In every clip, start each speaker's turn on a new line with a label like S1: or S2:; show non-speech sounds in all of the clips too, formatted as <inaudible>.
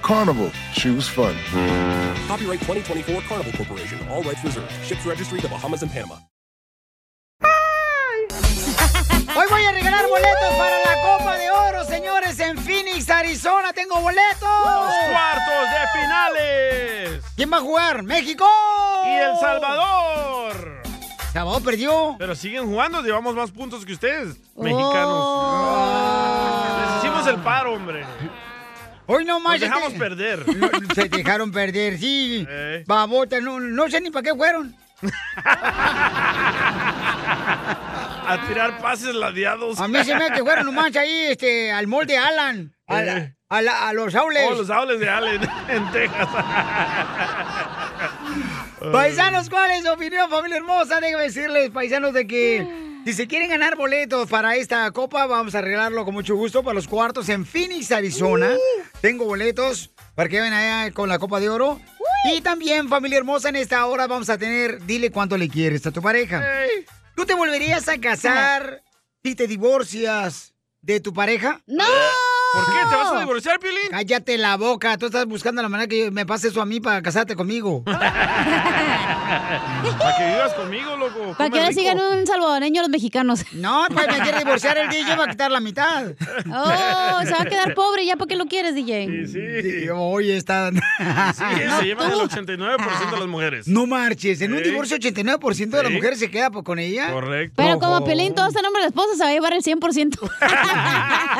S1: Carnival, choose fun.
S2: Copyright 2024 Carnival Corporation. All rights reserved. Ships registry the Bahamas and Panama.
S3: Hoy voy a regalar boletos para la Copa de Oro, señores, en Phoenix, Arizona. Tengo boletos. Los
S4: cuartos de finales.
S3: ¿Quién va a jugar? México.
S4: Y El Salvador.
S3: Salvador perdió. Oh.
S4: Pero siguen jugando, llevamos más puntos que ustedes,
S3: Ah.
S4: mexicanos. Les hicimos el paro, hombre.
S3: Hoy no más.
S4: Nos dejamos
S3: <laughs>
S4: perder.
S3: No, se dejaron perder, sí.
S4: Eh.
S3: Babota, no, no sé ni para qué fueron.
S4: A tirar pases ladeados.
S3: A mí se me hace que fueron
S4: <laughs>
S3: nomás ahí este, al molde Alan. A, la-
S4: Eh.
S3: a la- a los outlets.
S4: Oh, los aules de Allen <laughs> en
S3: <laughs>
S4: Texas.
S3: Paisanos, ¿cuál es su opinión, familia hermosa? Déjenme decirles, paisanos, de <gasps> que si se quieren ganar boletos para esta copa, vamos a arreglarlo con mucho gusto para los cuartos en Phoenix, Arizona. Tengo boletos para que ven allá con la Copa de Oro. Y también, familia hermosa, en esta hora vamos a tener, dile cuánto le quieres a tu pareja.
S4: Ey.
S3: ¿Tú te volverías a casar si te divorcias de tu pareja?
S5: ¡No!
S4: ¿Por qué? ¿Te vas a divorciar, Pilín?
S3: Cállate la boca, tú estás buscando la manera que me pase eso a mí para casarte <laughs> conmigo.
S4: Para que vivas conmigo, loco.
S6: Para que
S4: Come
S6: ahora
S4: rico.
S6: sigan un salvadoreño los mexicanos.
S3: No, pues me quiere divorciar el DJ, va a quitar la mitad.
S6: Oh, se va a quedar pobre ya porque lo quieres, DJ.
S4: Sí, sí.
S3: Sí, Oye, está...
S4: Sí,
S3: <laughs>
S4: se llevan el 89% de las mujeres.
S3: No marches, en un
S4: ¿Eh?
S3: divorcio 89% de las
S4: ¿Eh?
S3: mujeres se queda po- con ella.
S4: Correcto.
S6: Pero como Pelín todo está en nombre de la esposa, se va a llevar el
S4: <laughs>
S6: 100%.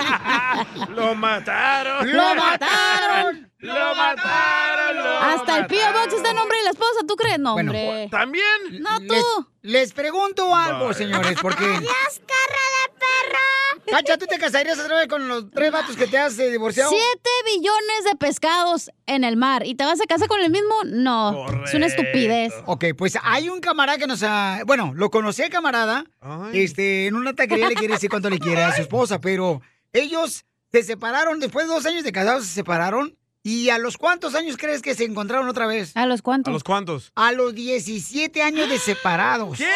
S4: Lo mataron.
S6: <laughs> ¡Lo mataron!
S4: Lo mataron. lo
S6: Hasta el Pío
S4: mataron.
S6: Box está en nombre de la esposa, ¿tú crees? No,
S3: Bueno,
S6: hombre.
S4: También.
S6: No,
S3: Les,
S6: tú.
S3: les pregunto algo,
S4: Vale.
S3: señores, porque...
S6: ¡Las cara de perro!
S3: Cacha, ¿tú te casarías otra vez con los tres vatos que te has eh, divorciado?
S6: Siete billones de pescados en el mar. ¿Y te vas a casa con el mismo? No. Es una estupidez.
S3: Ok, pues hay un camarada que nos ha... Bueno, lo conocí al camarada.
S4: Ay.
S3: Este, en una taquería le quiere decir cuánto le quiere a su esposa, pero ellos se separaron, después de dos años de casados se separaron. ¿Y a los cuántos años crees que se encontraron otra vez?
S6: ¿A los
S4: ¿A
S6: cuantos?
S4: los cuantos?
S3: A los 17 años de separados.
S4: ¿Qué?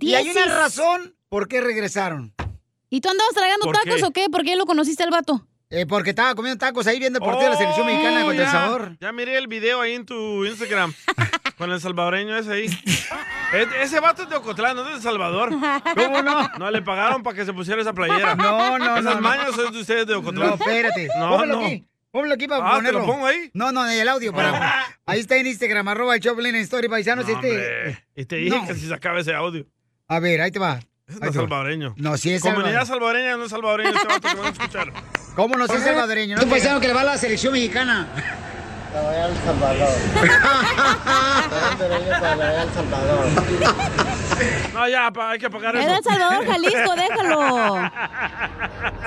S3: Y hay una
S6: Diecis-
S3: razón por qué regresaron.
S6: ¿Y tú andabas tragando
S4: ¿Por
S6: tacos
S4: qué?
S6: o qué? ¿Por qué lo conociste al vato?
S3: Eh, porque estaba comiendo tacos ahí viendo el partido de la selección mexicana
S4: Oh,
S3: contra
S4: ya.
S3: el sabor.
S4: Ya miré el video ahí en tu Instagram. <laughs> con el salvadoreño ese ahí. E- ese vato es de Ocotlán, no es de El Salvador.
S3: ¿Cómo no?
S4: No le pagaron para que se pusiera esa playera.
S3: No, no,
S4: Esas
S3: no. No,
S4: mañas son de ustedes de Ocotlán.
S3: No, espérate.
S4: No,
S3: Póngalo
S4: no.
S3: aquí. Póngalo aquí para
S4: ah, ¿te
S3: ponerlo.
S4: lo pongo ahí? Ah.
S3: No, no, en el audio. Para... Ahí está en Instagram, arroba el Choplin Story, paisanos.
S4: No,
S3: este...
S4: hombre. Y te dije
S3: No.
S4: que si sacaba ese audio.
S3: A ver, ahí te va.
S4: Es
S3: Ahí
S4: no
S3: te va.
S4: salvadoreño.
S3: No, sí es
S4: Comunidad
S3: salvadoreño.
S4: salvadoreña, no es salvadoreño este vato que van a escuchar.
S3: ¿Cómo no sé salvadoreño? Un paisano que le va a la selección mexicana.
S7: La voy al Salvador. Pero yo para la voy al Salvador.
S4: No, ya, pa- hay que pagar
S6: Era
S4: eso.
S6: El Salvador, Jalisco, déjalo.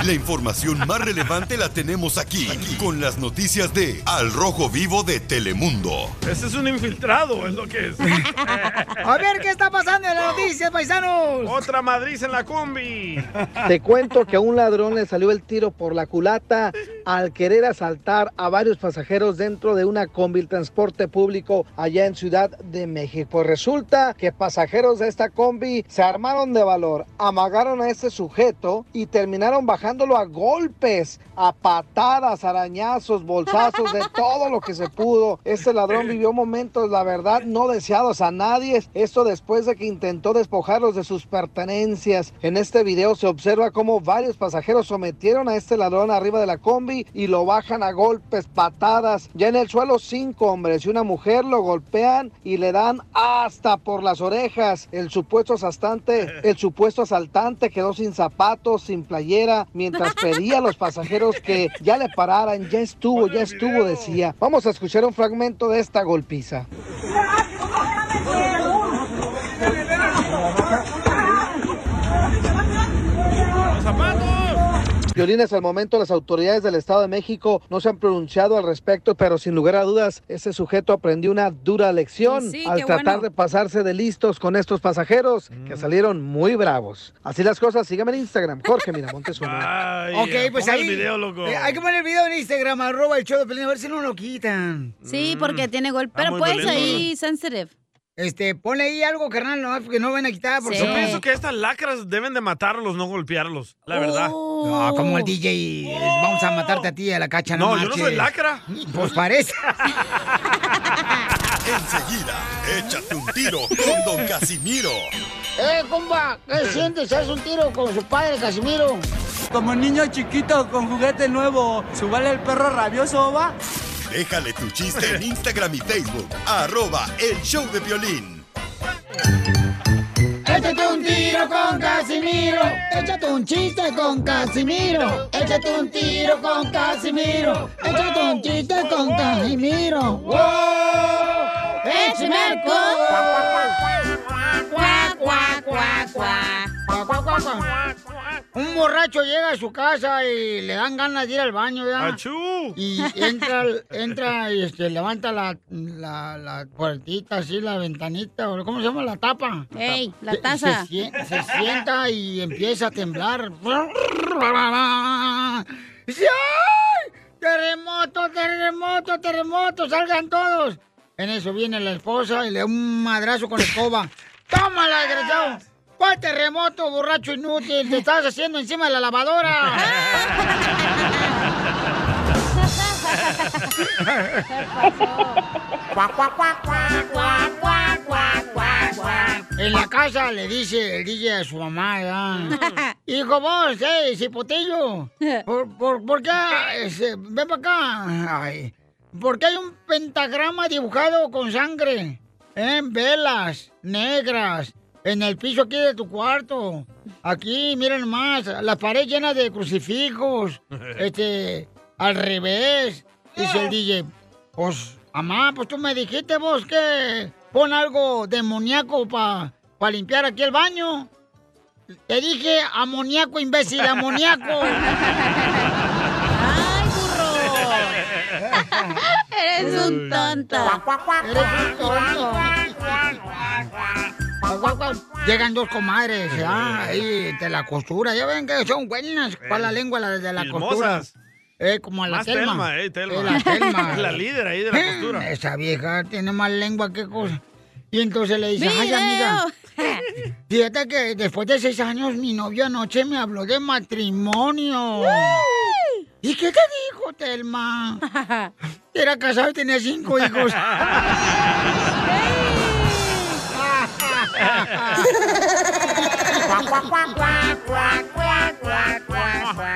S8: La información más relevante la tenemos aquí, con las noticias de Al Rojo Vivo de Telemundo.
S4: Ese es un infiltrado, es lo que es.
S3: A ver, ¿qué está pasando en las noticias, paisanos?
S4: Otra madriz en la combi.
S9: Te cuento que a un ladrón le salió el tiro por la culata al querer asaltar a varios pasajeros dentro de una combi el transporte público allá en Ciudad de México. Pues resulta que pasajeros de esta combi se armaron de valor, amagaron a este sujeto y terminaron bajando dejándolo a golpes, a patadas, arañazos, bolsazos, de todo lo que se pudo. Este ladrón vivió momentos, la verdad, no deseados a nadie. Esto después de que intentó despojarlos de sus pertenencias. En este video se observa cómo varios pasajeros sometieron a este ladrón arriba de la combi y lo bajan a golpes, patadas. Ya en el suelo, cinco hombres y una mujer lo golpean y le dan hasta por las orejas. El supuesto asaltante, el supuesto asaltante quedó sin zapatos, sin playera, mientras pedía a los pasajeros que ya le pararan. Ya estuvo, ya estuvo, decía. Vamos a escuchar un fragmento de esta golpiza. Violín, hasta el momento las autoridades del Estado de México no se han pronunciado al respecto, pero sin lugar a dudas, ese sujeto aprendió una dura lección
S2: Sí, sí,
S9: al
S2: qué
S9: tratar
S2: bueno.
S9: de pasarse de listos con estos pasajeros
S6: Mm.
S9: que salieron muy bravos. Así las cosas, síganme en Instagram, Jorge Miramontes
S6: <laughs>
S9: uno.
S3: ok, pues
S6: ponga
S3: ahí.
S6: el video, loco.
S3: Eh, hay que poner el video en Instagram, arroba el show de Pelín, a ver si no lo quitan.
S6: Sí,
S4: Mm.
S6: porque tiene
S4: Ah,
S6: golpe. Pero puedes ahí, sensitive.
S3: Este, ponle ahí algo, carnal, no, porque no van a quitar. Porque
S7: Yo pienso que estas lacras deben de matarlos, no golpearlos. La verdad.
S3: Oh. No, como el DJ, eh,
S10: Oh.
S3: vamos a matarte a ti, a la cacha.
S7: No, yo no soy
S3: marches.
S7: lacra.
S3: Pues parece.
S8: Enseguida, échate un tiro con Don Casimiro.
S10: <laughs> ¡Eh, comba! ¿Qué sientes? ¿Haz un tiro con su padre, Casimiro?
S11: Como niño chiquito con juguete nuevo, ¿subale el perro rabioso va?
S8: Déjale tu chiste en Instagram y Facebook, arroba el show de violín.
S10: Échate un tiro con Casimiro. Échate un chiste con Casimiro. Échate un tiro con Casimiro. Échate un chiste con Casimiro. ¡Wow!
S2: ¡Échame
S3: Un borracho llega a su casa y le dan ganas de ir al baño, ¿verdad? Y entra, al- entra y este, levanta la, la, la puertita, así, la ventanita, o ¿cómo se llama? La tapa.
S6: Ey, la
S3: Se-
S6: taza.
S3: Se, sien- se sienta y empieza a temblar. Dice, ¡ay! ¡Terremoto, terremoto, terremoto! ¡Salgan todos! En eso viene la esposa y le da un madrazo con la escoba. ¡Tómala, desgraciado! ¿Cuál terremoto, borracho inútil? Te estás haciendo encima de la lavadora.
S2: <laughs>
S3: <laughs> En la casa le dice el DJ a su mamá, ¿verdad? Hijo, vos, eh, cipotillo. ¿Por, por, por qué? ese, ven para acá. Ay, ¿Por qué hay un pentagrama dibujado con sangre? En velas negras. En el piso aquí de tu cuarto. Aquí, miren más. La pared llena de crucifijos. Este, al revés. Dice el DJ. Pues, mamá, pues tú me dijiste vos que pon algo demoníaco para pa limpiar aquí el baño. Te dije amoníaco, imbécil, amoníaco.
S2: Eres un tonto.
S3: Guau, guau, guau. Llegan dos comadres, ah, ahí de la costura. Ya ven que son buenas para la lengua las de la costura.
S7: Chismosas.
S3: Eh, como a
S7: Eh,
S3: la
S7: Más
S3: Telma.
S7: Telma, eh, Telma.
S3: Eh, la Telma.
S7: Es <laughs> la líder ahí de la
S3: Eh,
S7: costura.
S3: Esa vieja tiene más lengua que cosa. Y entonces le dice, ay, amiga, fíjate que después de seis años mi novio anoche me habló de matrimonio. ¿Y qué te dijo, Telma? Era casado y tenía cinco hijos.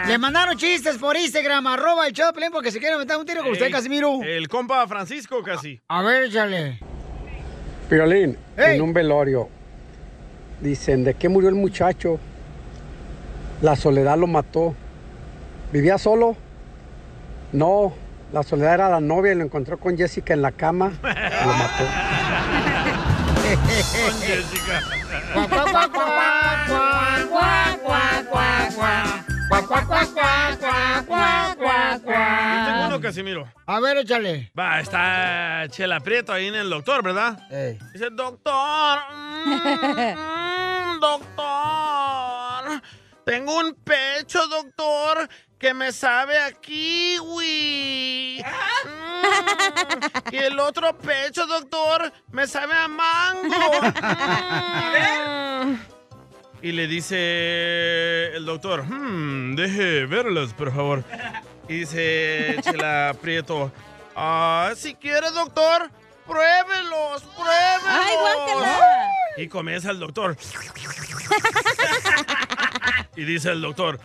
S3: Le mandaron chistes por Instagram, arroba el Choplin, porque se quiere meter un tiro con usted,
S7: El-
S3: Casimiro.
S7: El compa Francisco casi.
S3: A ver, échale.
S12: Piolín,
S3: Ey.
S12: en un velorio. Dicen, ¿de qué murió el muchacho? La soledad lo mató. ¿Vivía solo? No, la soledad era la novia y lo encontró con Jessica en la cama. y Lo mató.
S2: Cuac, cuac, cuac, cuac, cuac, cuac, cuac, cuac, cuac. Cuac, cuac, cuac, cuac, cuac, cuac, cuac,
S7: Yo tengo
S2: cuac.
S7: uno, Casimiro.
S3: A ver, échale.
S7: Va, está Chela Prieto ahí en el doctor, ¿verdad? Dice, doctor, mm, mm, doctor, tengo un pecho, doctor, que me sabe a kiwi. Mm, y el otro pecho, doctor, me sabe a mango. Mm.
S4: Y le dice el doctor, "Hmm, deje verlas, por favor. Y dice Chela Prieto, "Ah, si quiere, doctor, pruébelos, pruébelos.
S7: ¡Ay,
S4: Y comienza el doctor. y dice el doctor,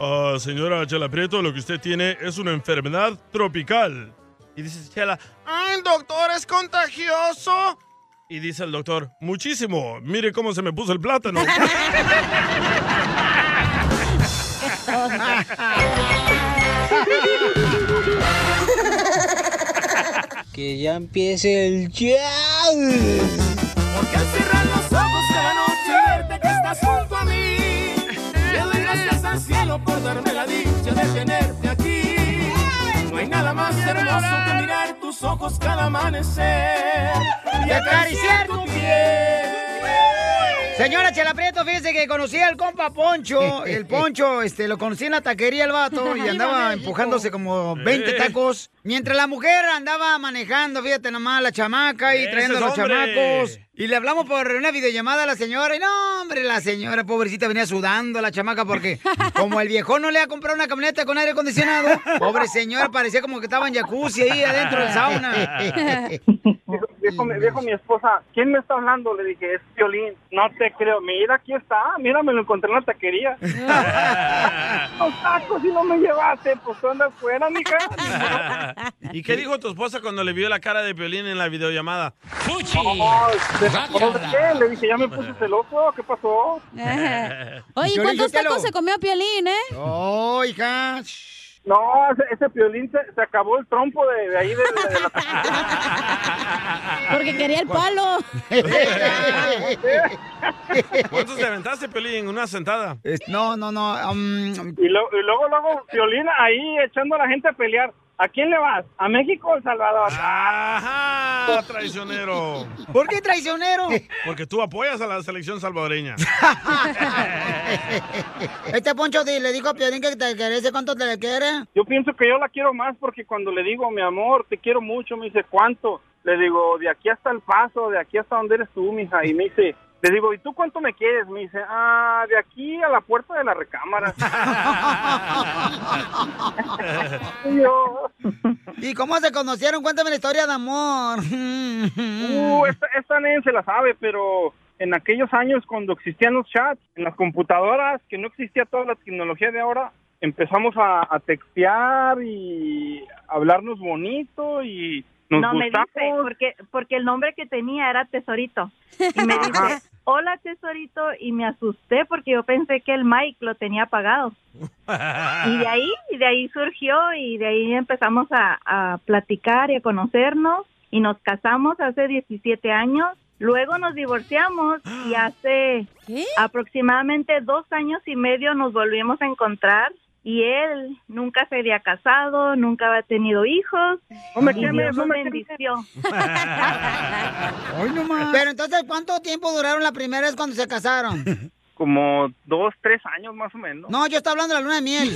S4: "Ah, señora Chela Prieto, lo que usted tiene es una enfermedad tropical. Y dice Chela, ¡Ay, doctor, es contagioso! y dice el doctor, muchísimo, mire cómo se me puso el plátano.
S1: Que ya empiece el jazz.
S7: Porque al cerrar los ojos la noche y verte que estás junto a
S3: <laughs>
S7: mí, le doy gracias al cielo por darme la dicha de tenerte aquí. No hay nada más hermoso que mirar tus ojos cada amanecer y acariciar tu piel.
S3: Señora Chela Prieto, fíjese que conocí al compa Poncho. El <laughs> Poncho, este, lo conocí en la taquería el vato y
S2: Viva
S3: andaba
S2: México.
S3: empujándose como 20
S2: Eh.
S3: tacos. Mientras la mujer andaba manejando, fíjate nomás, la chamaca y
S2: Ese
S3: trayendo a
S2: es
S3: los
S2: hombre.
S3: chamacos. Y le hablamos por una videollamada a la señora. Y no, hombre, la señora pobrecita venía sudando la chamaca
S2: <laughs>
S3: porque como el viejo no le ha comprado una camioneta con aire acondicionado, pobre señora, parecía como que estaba en jacuzzi ahí adentro del <laughs> sauna.
S2: <laughs>
S13: Dijo, mi- dijo mi esposa, ¿quién me está hablando? Le dije, es Violín. No te creo. Mira, aquí está. Mira, me lo encontré en la
S6: <laughs>
S13: taquería. Los tacos y no me llevaste. Pues tú andas fuera,
S3: <laughs>
S13: mija.
S4: ¿Y qué dijo tu esposa cuando le vio la cara de Piolín en la videollamada? ¡Fuchi!
S3: Ah,
S13: ¿Qué? Le dije, ya me puse celoso.
S6: <laughs>
S13: ¿Qué pasó?
S6: Oye, ¿cuántos tacos se comió Piolín, eh?
S3: No, hija.
S13: No, ese, ese Piolín se, se acabó el trompo de, de ahí de, de- de la
S6: <laughs> Porque quería el
S3: <laughs>
S13: <laughs>
S6: palo.
S4: ¿Cuántos te aventaste, Piolín, en una sentada?
S3: No, no, no.
S13: Y, lo- y luego, luego, Piolín ahí echando a la gente a pelear. ¿A quién le vas? ¿A México o El Salvador?
S2: Ah.
S4: ¡Ajá! Ah, ¡Traicionero!
S3: ¿Por qué traicionero?
S4: Porque tú apoyas a la selección salvadoreña.
S2: Este Poncho di- le dijo a Piolín que te querés, <laughs> ¿cuánto te le quiere?
S13: Yo pienso que yo la quiero más porque cuando le digo, mi amor, te quiero mucho, me dice, ¿cuánto? Le digo, de aquí hasta el paso, de aquí hasta donde eres tú, mija. Y me dice, le digo, ¿y tú cuánto me quieres? Me dice, ah, de aquí a la puerta de
S2: <laughs>
S13: la recámara.
S2: ¿Y cómo se conocieron? Cuéntame la historia de amor.
S13: Uh, esta, esta nadie se la sabe, pero en aquellos años cuando existían los chats, en las computadoras, que no existía toda la tecnología de ahora, empezamos a, a textear y hablarnos bonito y nos
S14: no me
S13: gustamos.
S14: dice, porque, porque el nombre que tenía era Tesorito. Y
S13: <laughs>
S14: me dice, hola Tesorito, y me asusté porque yo pensé que el Mike lo tenía pagado.
S2: Ah.
S14: Y de ahí, y de ahí surgió y de ahí empezamos a, a platicar y a conocernos y nos casamos hace 17 años. Luego nos divorciamos y hace aproximadamente dos años y medio nos volvimos a encontrar y él nunca se había casado, nunca había tenido hijos.
S7: No me
S14: y
S7: quemes,
S14: Dios
S7: no
S14: nos
S7: me quemes.
S14: bendició.
S2: Pero entonces, ¿cuánto tiempo duraron la primera vez cuando se casaron?
S13: <laughs> Como dos, tres años más o menos.
S2: No, yo estaba hablando de la luna de
S13: <laughs>
S2: miel.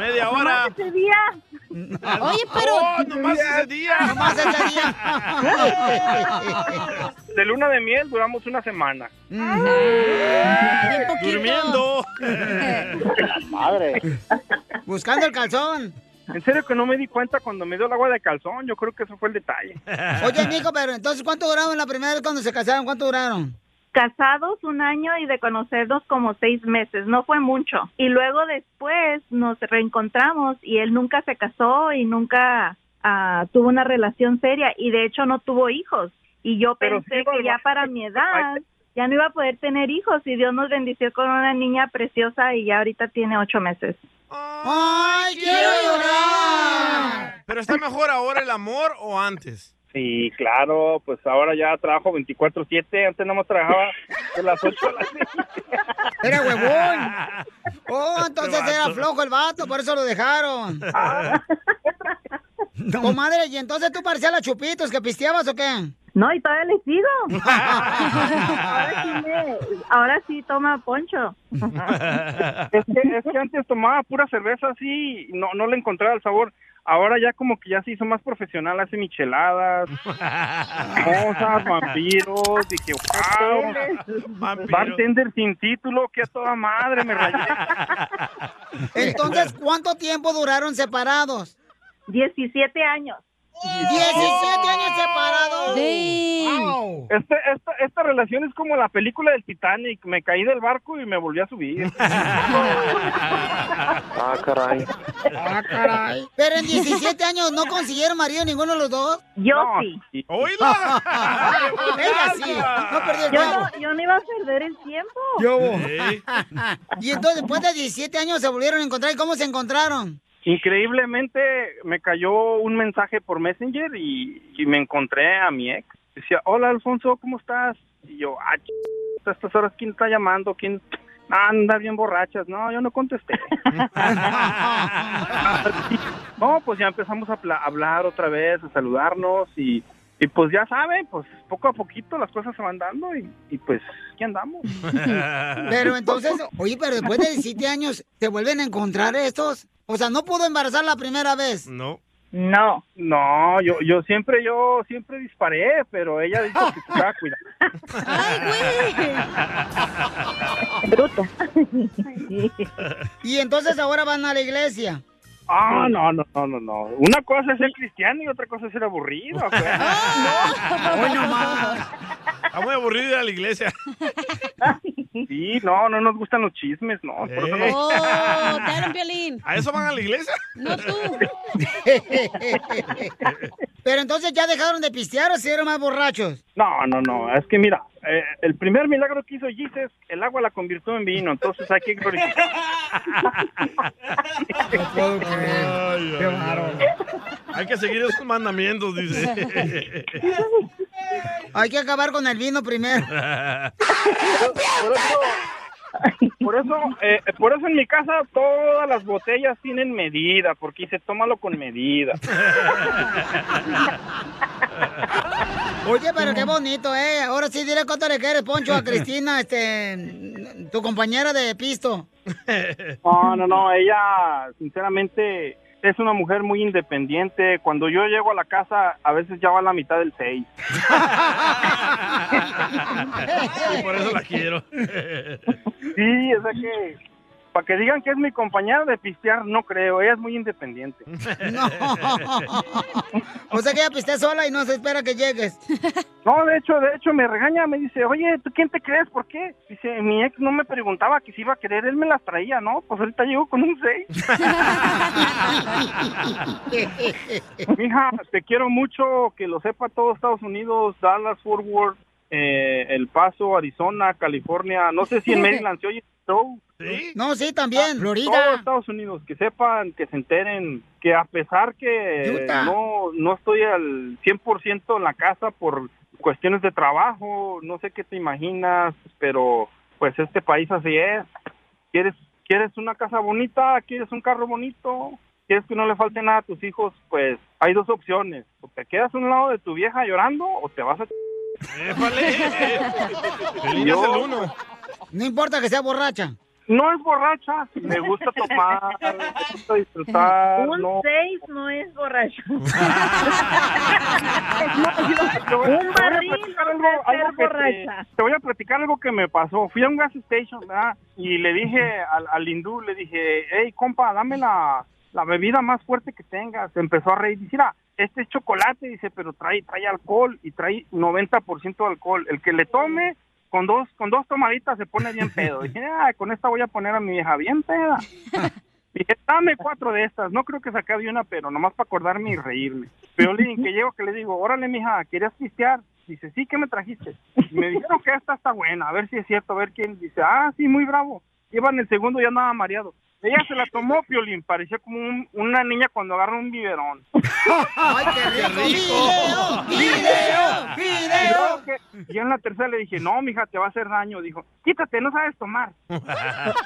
S4: Media
S2: hora.
S14: Nomás ese día.
S2: Oye, pero-
S4: ¡Oh, nomás ese día!
S2: Nomás ese
S4: <laughs>
S13: De luna de miel duramos una semana.
S4: Durmiendo.
S13: Madre.
S2: Buscando el calzón.
S13: En serio que no me di cuenta cuando me dio el agua de calzón. Yo creo que eso fue el detalle.
S2: Oye, mijo, pero entonces, ¿cuánto duraron la primera vez cuando se casaron? ¿Cuánto duraron?
S14: Casados un año y de conocernos como seis meses, no fue mucho. Y luego después nos reencontramos y él nunca se casó y nunca ah, tuvo una relación seria y de hecho no tuvo hijos. Y yo
S13: Pero
S14: pensé
S13: sí,
S14: que ya para mi edad ya no iba a poder tener hijos y Dios nos bendició con una niña preciosa y ya ahorita tiene ocho meses.
S2: ¡Ay, quiero llorar!
S4: ¿Pero está mejor ahora el amor o antes?
S13: <laughs> Sí, claro, pues ahora ya trabajo 24-7. Antes nada más trabajaba de las 8 a las
S2: Era huevón. Oh, entonces
S13: Este
S2: era
S13: vato.
S2: flojo el vato, por eso lo dejaron. <laughs> Comadre, ¿y entonces tú parecías la Chupitos que pisteabas o qué?
S14: No, y todavía le sigo.
S2: <laughs>
S14: ahora, sí me- ahora sí toma poncho.
S13: Es que, es que antes tomaba pura cerveza así, y no, no le encontraba el sabor. ahora ya como que ya se hizo más profesional, hace micheladas, cosas, vampiros, dije, wow, bartender sin título, que a toda madre me rayé.
S3: Entonces, ¿cuánto tiempo duraron separados?
S7: 17 años.
S3: 17 años separados.
S13: Wow. Este- esta, esta relación es como la película del Titanic, me caí del barco y me volví a subir. <laughs>
S2: Ah, caray.
S3: Ah, caray. Pero en 17 años no consiguieron marido ninguno de los dos.
S7: Yo sí.
S3: <laughs> Ella sí. No perdió el
S7: yo,
S3: tiempo.
S7: no, yo no iba a perder el tiempo.
S3: <laughs> Y entonces después de 17 años se volvieron a encontrar. ¿Y cómo se encontraron?
S13: Increíblemente me cayó un mensaje por Messenger y, y me encontré a mi ex. Decía, hola Alfonso, ¿cómo estás? Y yo, ah, ch- a estas horas, ¿quién está llamando? ¿Quién? Ah, anda bien borrachas. No, yo no contesté. no, pues ya empezamos a pla- hablar otra vez, a saludarnos y, y pues ya sabe, pues poco a poquito las cosas se van dando y, y pues aquí andamos.
S3: Pero entonces, oye, pero después de 17 años, ¿te vuelven a encontrar estos? O sea, no pudo embarazar la primera vez.
S4: No.
S13: No. No, yo, yo siempre, yo siempre disparé, pero ella dijo que se estaba cuidando.
S7: Bruto.
S3: Y entonces ahora van a la iglesia.
S13: Ah, <laughs> no, no, no, no, no. Una cosa es ser cristiano y otra cosa es
S15: <laughs>
S13: ser aburrido. pues.
S4: Hoy Ah, Está muy aburrido ir a la iglesia.
S13: Sí, no, no nos gustan los chismes, no. por eso no-
S15: Oh, te hablan, Piolín.
S4: Eh. ¿A eso van a la iglesia?
S15: No tú.
S3: <laughs> Pero entonces ya dejaron de pistear o se hicieron más
S4: <laughs>
S3: borrachos.
S13: No, no, no. Es que mira, eh, el primer milagro que hizo Jesus, el agua la convirtió en vino. Entonces hay que glorificar.
S4: Ay, ay, ay. Hay que seguir esos
S3: <laughs>
S4: mandamientos, dice.
S3: Hay que acabar con el vino primero.
S13: Por eso, por eso, eh, por eso en mi casa todas las botellas tienen medida, porque dice, tómalo con medida.
S3: Oye, pero qué bonito, ¿eh? Ahora sí dile cuánto le quieres, Poncho, a Cristina, este, tu compañera de pisto.
S13: No, no, no, ella sinceramente es una mujer muy independiente. Cuando yo llego a la casa, a veces ya va a la mitad del 6.
S4: Y por eso la quiero.
S13: Sí, o sea que, para que digan que es mi compañera de pistear, no creo, ella es muy independiente.
S3: No. O sea que ya pistea sola y no se espera que llegues.
S13: <laughs> No, de hecho, de hecho me regaña, me dice, oye, ¿tú quién te crees? ¿Por qué? Dice, mi ex no me preguntaba que si iba a querer, él me las traía, ¿no? Pues ahorita llego con un 6. Mija, pues, te quiero mucho, que lo sepa todo Estados Unidos, Dallas, Fort Worth, eh, El Paso, Arizona, California, no sé si en Maryland se oye el show.
S3: No, sí,
S13: Ah,
S3: también,
S13: Todo
S3: Florida.
S13: Estados Unidos, que sepan, que se enteren, que a pesar que
S3: Utah.
S13: no, no estoy al 100% en la casa por cuestiones de trabajo, no sé qué te imaginas, pero pues este país así es. ¿Quieres, quieres una casa bonita? ¿Quieres un carro bonito? ¿Quieres que no le falte nada a tus hijos? Pues hay dos opciones. O te quedas a un lado de tu vieja llorando o te vas a...
S2: Piolín es el
S13: uno.
S3: <laughs> No importa que sea borracha.
S13: No es borracha. Me gusta tomar, me gusta disfrutar. no.
S7: Un 6 no es
S13: <laughs>
S7: borracho. <laughs>
S13: Un
S7: barril
S13: algo,
S7: puede ser
S13: algo que
S7: borracha.
S13: te, te voy a platicar algo que me pasó. Fui a un gas station, ¿verdad? Y le dije al, al hindú, le dije, hey, compa, dame la, la bebida más fuerte que tengas. Se empezó a reír. Dice, mira, este es chocolate, dice, pero trae, trae alcohol y trae 90% de alcohol. El que le tome, con dos, con dos tomaditas se pone bien pedo. Dije, ah, con esta voy a poner a mi vieja bien peda. Dije, dame cuatro de estas. No creo que se acabe una, pero nomás para acordarme y reírme. Piolín, que llego que le digo, órale, mija, ¿querías pistear? Dice, sí, ¿qué me trajiste? Me dijeron que esta está buena, a ver si es cierto, a ver quién. Dice, ah, sí, muy bravo. Llevan el segundo y andaba mareado. Ella se la tomó, Piolín, parecía como un- una niña cuando agarra
S2: <laughs>
S13: un biberón.
S2: ¡Ay, qué rico! ¡Video! ¡Video!
S13: dije, ya en la tercera le dije, no, mija, te va a hacer daño. Dijo, quítate, no sabes tomar.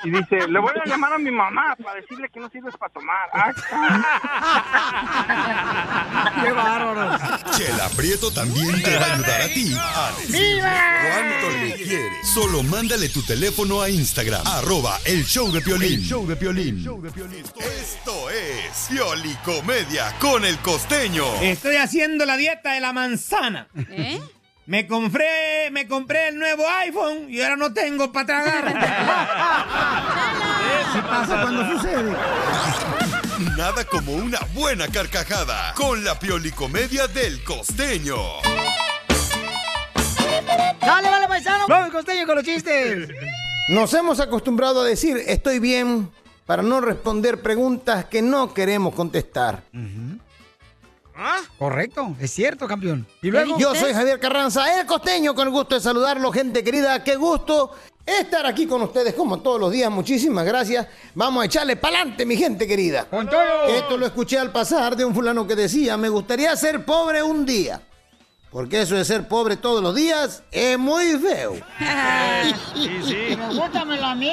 S13: Y dice, le voy a llamar a mi mamá para decirle que no sirves para tomar. Ah,
S3: ¡Qué bárbaro!
S8: Chela Prieto también te va a ayudar a ti a decirle cuánto le quieres. Solo mándale tu teléfono a Instagram, arroba el show de Piolín.
S16: El show
S8: de Esto es Piolicomedia con el costeño.
S16: Estoy haciendo la dieta de la manzana.
S2: ¿Eh?
S16: Me compré, me compré el nuevo iPhone y ahora no tengo para
S2: <laughs>
S16: tragar.
S8: ¿Qué pasa cuando sucede? Nada como una buena carcajada con la Piolicomedia del costeño.
S3: ¡Dale, dale, paisano! ¡Vamos, costeño, con los chistes!
S17: <laughs> Nos hemos acostumbrado a decir estoy bien para no responder preguntas que no queremos contestar.
S3: Correcto, es cierto, campeón. Y luego.
S17: Yo soy
S3: <laughs>
S17: Javier Carranza, el costeño, con el gusto de saludarlo, gente querida. Qué gusto estar aquí con ustedes como todos los días. Muchísimas gracias. Vamos a echarle pa'lante, mi gente querida.
S3: ¡Con todo!
S17: Esto lo escuché al pasar de un fulano que decía, me gustaría ser pobre un día. Porque eso de ser pobre todos los días es muy feo.
S3: <laughs>
S2: Pero bótamela a mí.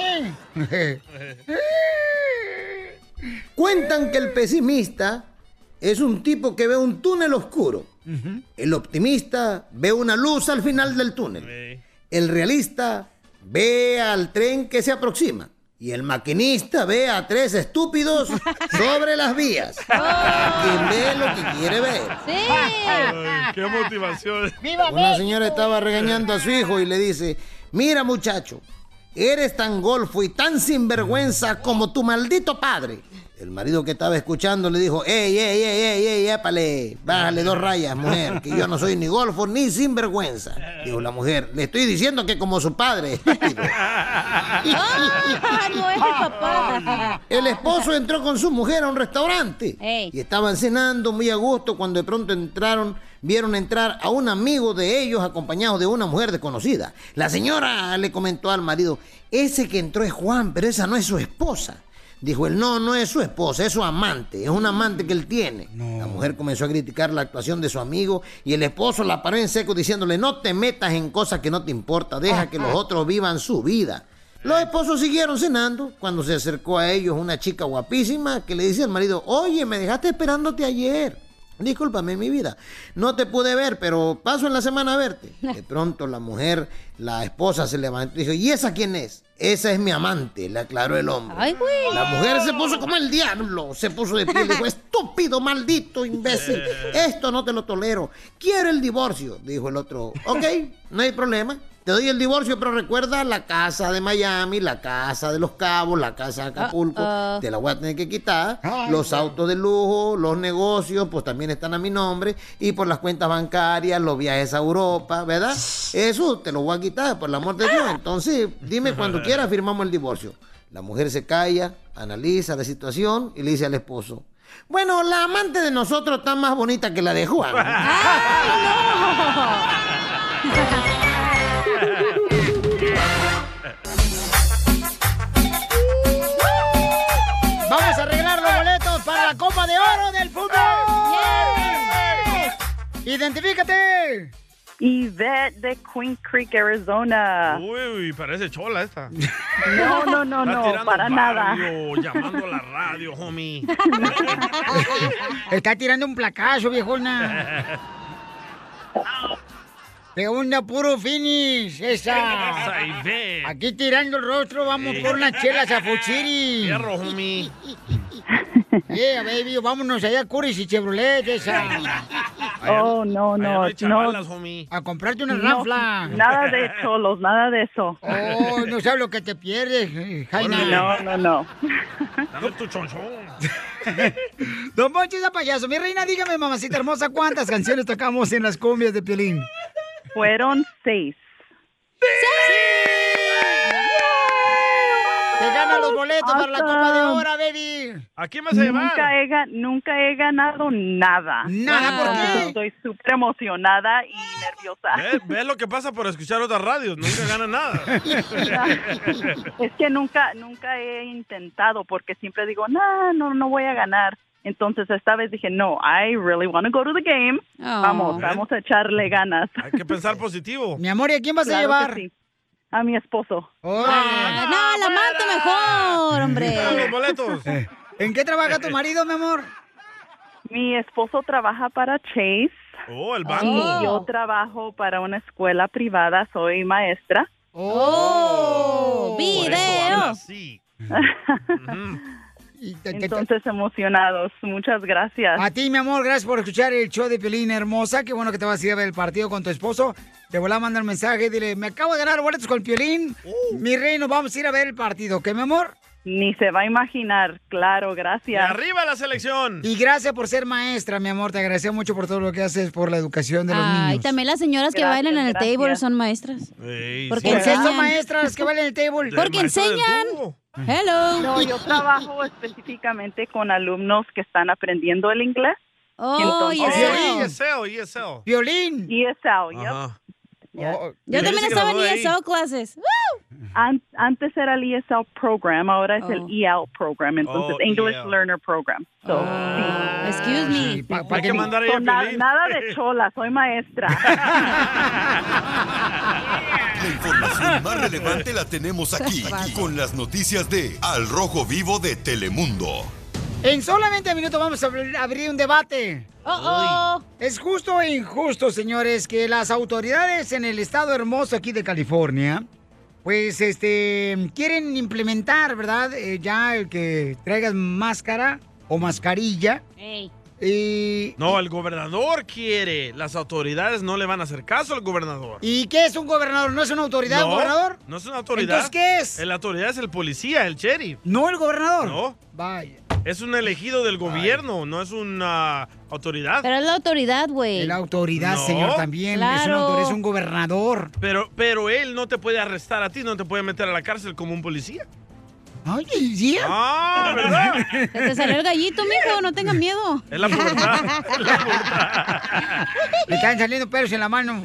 S17: Cuentan que el pesimista es un tipo que ve un túnel oscuro. El optimista ve una luz al final del túnel. El realista ve al tren que se aproxima. Y el maquinista ve a tres estúpidos sobre las vías. Quien ve lo que quiere ver.
S7: Ah.
S4: Ay, ¡Qué motivación!
S17: Una señora estaba regañando a su hijo y le dice, mira muchacho, eres tan golfo y tan sinvergüenza como tu maldito padre. El marido que estaba escuchando le dijo, ey, ey, ey, ey, ey, épale, bájale dos rayas, mujer, que yo no soy ni golfo ni sinvergüenza. Dijo la mujer, le estoy diciendo que como su padre. <laughs>
S2: ¡Ah, no es mi papá!
S17: El esposo entró con su mujer a un restaurante y estaban cenando muy a gusto cuando de pronto entraron, vieron entrar a un amigo de ellos acompañado de una mujer desconocida. La señora le comentó al marido, ese que entró es Juan, pero esa no es su esposa. Dijo él, no, no es su esposa, es su amante, es un amante que él tiene. La mujer comenzó a criticar la actuación de su amigo y el esposo la paró en seco diciéndole, no te metas en cosas que no te importa, deja que los otros vivan su vida. Los esposos siguieron cenando cuando se acercó a ellos una chica guapísima que le dice al marido, oye, me dejaste esperándote ayer. Discúlpame mi vida, no te pude ver, pero paso en la semana a verte. De pronto la mujer, la esposa se levantó y dijo, ¿y esa quién es? Esa es mi amante, le aclaró el hombre.
S2: Ay, güey.
S17: La mujer se puso como el diablo, se puso de pie y dijo, estúpido, maldito, imbécil, esto no te lo tolero, quiero el divorcio, dijo el otro, ok, no hay problema, te doy el divorcio, pero recuerda la casa de Miami, la casa de Los Cabos, la casa de Acapulco,
S2: Uh-oh.
S17: te la voy a tener que quitar,
S2: Ay,
S17: los
S2: güey.
S17: autos de lujo, los negocios, pues también están a mi nombre, y por las cuentas bancarias, los viajes a Europa, ¿verdad? Eso te lo voy a quitar, por el amor de Dios, entonces dime cuando quieras firmamos el divorcio. La mujer se calla, analiza la situación y le dice al esposo, bueno, la amante de nosotros está más bonita que la de Juan.
S3: <laughs> Vamos a arreglar los boletos para la Copa de Oro del fútbol. ¡Identifícate!
S18: Yvette de Queen Creek, Arizona.
S4: Uy, parece chola esta.
S18: No, no, no,
S4: Está
S18: no,
S4: tirando
S18: para nada.
S4: barrio, Llamando a la radio,
S18: <laughs>
S4: homie.
S3: <laughs> Está tirando un placazo, viejona. De una puro finish, esa.
S4: Esa Yvette.
S3: Aquí tirando el rostro, vamos por unas chelas a Fuchiri.
S4: Fierro, homie.
S3: <laughs> Yeah, baby, vámonos allá a Curis y Chevrolet, esa.
S18: Oh, no, no, no.
S3: A comprarte una
S18: No,
S3: ranfla.
S18: Nada de cholos, nada de eso.
S3: Oh, no sabes lo que te pierdes, eh, Jaina.
S18: No, no, no.
S4: Dame tu chonchón.
S3: <laughs> Don Poncho es payaso. Mi reina, dígame, mamacita hermosa, ¿cuántas canciones tocamos en las cumbias de Piolín?
S18: Fueron seis.
S3: Te ganan los boletos para la Copa de
S18: Awesome.
S3: Oro, baby.
S4: ¿A quién
S18: Nunca he, ga- nunca he ganado nada.
S4: Nada, ¿por qué?
S18: Estoy súper emocionada y nerviosa.
S4: ¿Ves? ¿Ves lo que pasa por escuchar otras radios? Nunca ganan nada.
S6: <laughs>
S18: Es que nunca, nunca he intentado porque siempre digo, no, no, no voy a ganar. Entonces esta vez dije, no, I really want to go to the game. Vamos, vamos a echarle ganas.
S4: Hay que pensar positivo.
S3: Mi amor, ¿y a quién vas a
S18: Claro que
S3: llevar?
S18: sí. A mi esposo.
S3: Ah,
S6: no, la amante mejor, hombre.
S4: boletos.
S3: Eh, ¿En qué trabaja tu marido, mi amor?
S18: Mi esposo trabaja para Chase.
S4: Oh, el
S18: Y
S4: banco.
S18: yo trabajo para una escuela privada, soy maestra.
S6: Oh, video.
S18: Entonces emocionados, muchas gracias.
S3: A ti, mi amor, gracias por escuchar el show de Piolín Hermosa. Qué bueno que te vas a ir a ver el partido con tu esposo. Te voy a mandar un mensaje, dile, me acabo de ganar boletos con el Piolín.
S4: Oh.
S3: Mi rey, nos vamos a ir a ver el partido, ¿qué, mi amor?
S18: Ni se va a imaginar, claro,
S4: Y
S18: gracias.
S4: arriba la selección.
S3: Y gracias por ser maestra, mi amor. Te agradezco mucho por todo lo que haces por la educación de los
S6: Ay,
S3: niños.
S6: también las señoras que
S3: Gracias,
S6: bailan en el
S3: gracias.
S6: table son maestras. Porque
S3: ¿Por qué son
S6: enseñan.
S3: maestras que
S4: <laughs>
S3: bailan en el table?
S6: Porque enseñan. Hello.
S18: No, yo trabajo específicamente con alumnos que están aprendiendo el inglés.
S4: Oh, ESL, ESL.
S3: Violín.
S18: ESL, yep.
S4: Ajá.
S18: Yo
S4: Ella
S18: también
S4: se
S18: estaba en E
S4: graduó de ahí.
S18: ESL.
S6: clases.
S18: An- antes era el E ESL program, ahora es
S6: Oh.
S18: el EL program, entonces
S6: Oh,
S18: English
S6: EL.
S18: Learner Program. So, E sí.
S6: Excuse me.
S18: Hay que mandar ahí a Con na- Piolín. nada de chola, soy <laughs> maestra.
S8: La información más relevante la tenemos aquí, con las noticias de Al Rojo Vivo de Telemundo.
S3: En solamente minutos vamos a abrir- abrir un debate. Es justo e injusto, señores, que las autoridades en el estado hermoso aquí de California, pues, este, quieren implementar, ¿verdad? Eh, ya el que traigas máscara o mascarilla. Y,
S4: No, el gobernador quiere. Las autoridades no le van a hacer caso al gobernador.
S3: ¿Y qué es un gobernador? ¿No es una autoridad,
S4: no,
S3: un gobernador?
S4: No es una autoridad.
S3: ¿Entonces qué es?
S4: La autoridad es el policía, el sheriff.
S3: No el gobernador.
S4: No.
S3: Vaya.
S4: Es un elegido del gobierno, no es una autoridad.
S6: Pero es la autoridad, güey.
S3: La autoridad,
S4: No.
S3: señor, también. Es, una
S4: Claro.
S3: autoridad, es un gobernador.
S4: Pero, pero él no te puede arrestar a ti, no te puede meter a la cárcel como un policía.
S3: Ay, sí.
S4: Ah,
S3: <laughs>
S4: ¿verdad?
S6: Se te salió el gallito, mijo, no tenga miedo.
S4: Es la pubertad.
S6: <laughs>
S3: Le están saliendo pelos en la mano.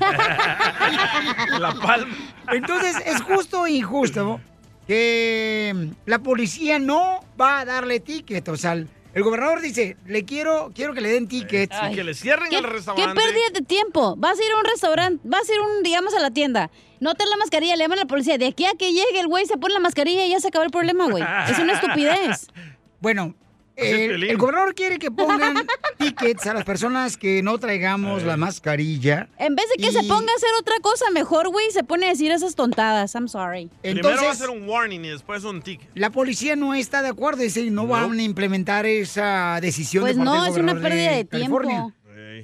S4: La palma.
S3: Entonces, es justo e injusto que la policía no va a darle ticket. O sea, el el gobernador dice, le quiero, quiero que le den ticket.
S6: Ay. ¿Qué, ¿Qué pérdida de tiempo? Vas a ir a un restaurante, vas a ir, un, digamos, a la tienda. No te la mascarilla, le llaman a la policía. De aquí a que llegue el güey, se pone la mascarilla y ya se acabó el problema, güey. Es una
S4: <laughs>
S6: estupidez.
S3: <laughs> Bueno,
S6: Así es,
S3: el,
S6: Piolín.
S3: el gobernador quiere que pongan tickets a las personas que no traigamos la mascarilla.
S6: En vez de que se ponga a hacer otra cosa mejor, güey, se pone a decir esas tontadas. I'm sorry.
S4: Primero va a hacer un warning y después un ticket.
S3: La policía no está de acuerdo, dice, y no, van a implementar esa decisión.
S6: Pues
S3: de parte
S6: no,
S3: del
S6: es una
S3: gobernador
S6: pérdida de tiempo.
S3: California.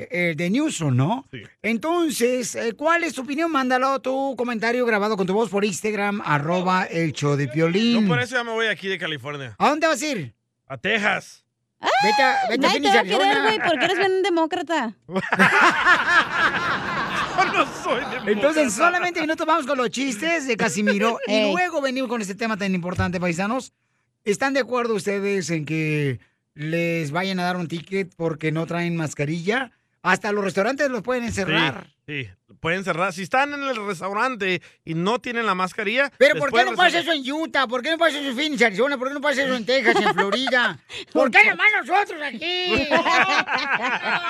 S3: Eh, de Newsom, ¿no? Entonces, eh, ¿cuál es tu opinión? Mándalo tu comentario grabado con tu voz por Instagram, arroba el show de Piolín.
S4: Yo por eso ya me voy aquí de California.
S3: ¿A dónde vas a ir?
S4: A Texas.
S3: Vete a, vete a
S6: Ah, Nadie te
S3: Phoenix,
S6: va a querer,
S3: Arizona.
S6: güey, porque
S3: <laughs>
S6: eres bien demócrata.
S4: no soy demócrata.
S3: Entonces, solamente minutos vamos con los chistes de
S4: <laughs>
S3: Casimiro y
S6: Ey.
S3: luego venimos con este tema tan importante, paisanos. ¿Están de acuerdo ustedes en que les vayan a dar un ticket porque no traen mascarilla? Hasta los restaurantes los pueden encerrar.
S4: Sí, sí, pueden cerrar. Si están en el restaurante y no tienen la mascarilla.
S3: Pero
S4: les
S3: ¿por qué
S4: pueden
S3: no pasa
S4: reservar.
S3: eso en Utah? ¿Por qué no pasa eso en Phoenix, Arizona? ¿Por qué no pasa eso en Texas, en
S4: <laughs>
S3: Florida? <laughs> ¿Por qué nomás nosotros
S17: <laughs>
S3: aquí?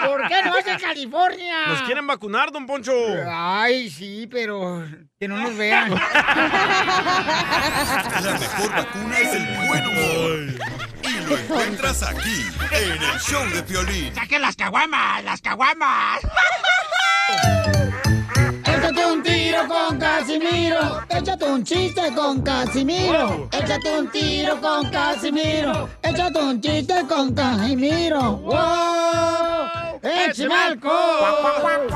S3: ¿Por qué no es en California? <laughs>
S4: Nos quieren vacunar, don Poncho.
S3: Ay, sí, pero que no nos vean.
S4: <laughs>
S8: La mejor vacuna es el buen humor. Y lo encuentras aquí, en el show de Piolín.
S7: ¡Saque las caguamas! ¡Las caguamas!
S2: Échate un tiro con Casimiro. Échate un chiste con Casimiro. Échate un tiro con Casimiro. Échate un chiste con Casimiro. ¡Wow!
S3: ¡Eh,
S2: ¡Échame alcohol!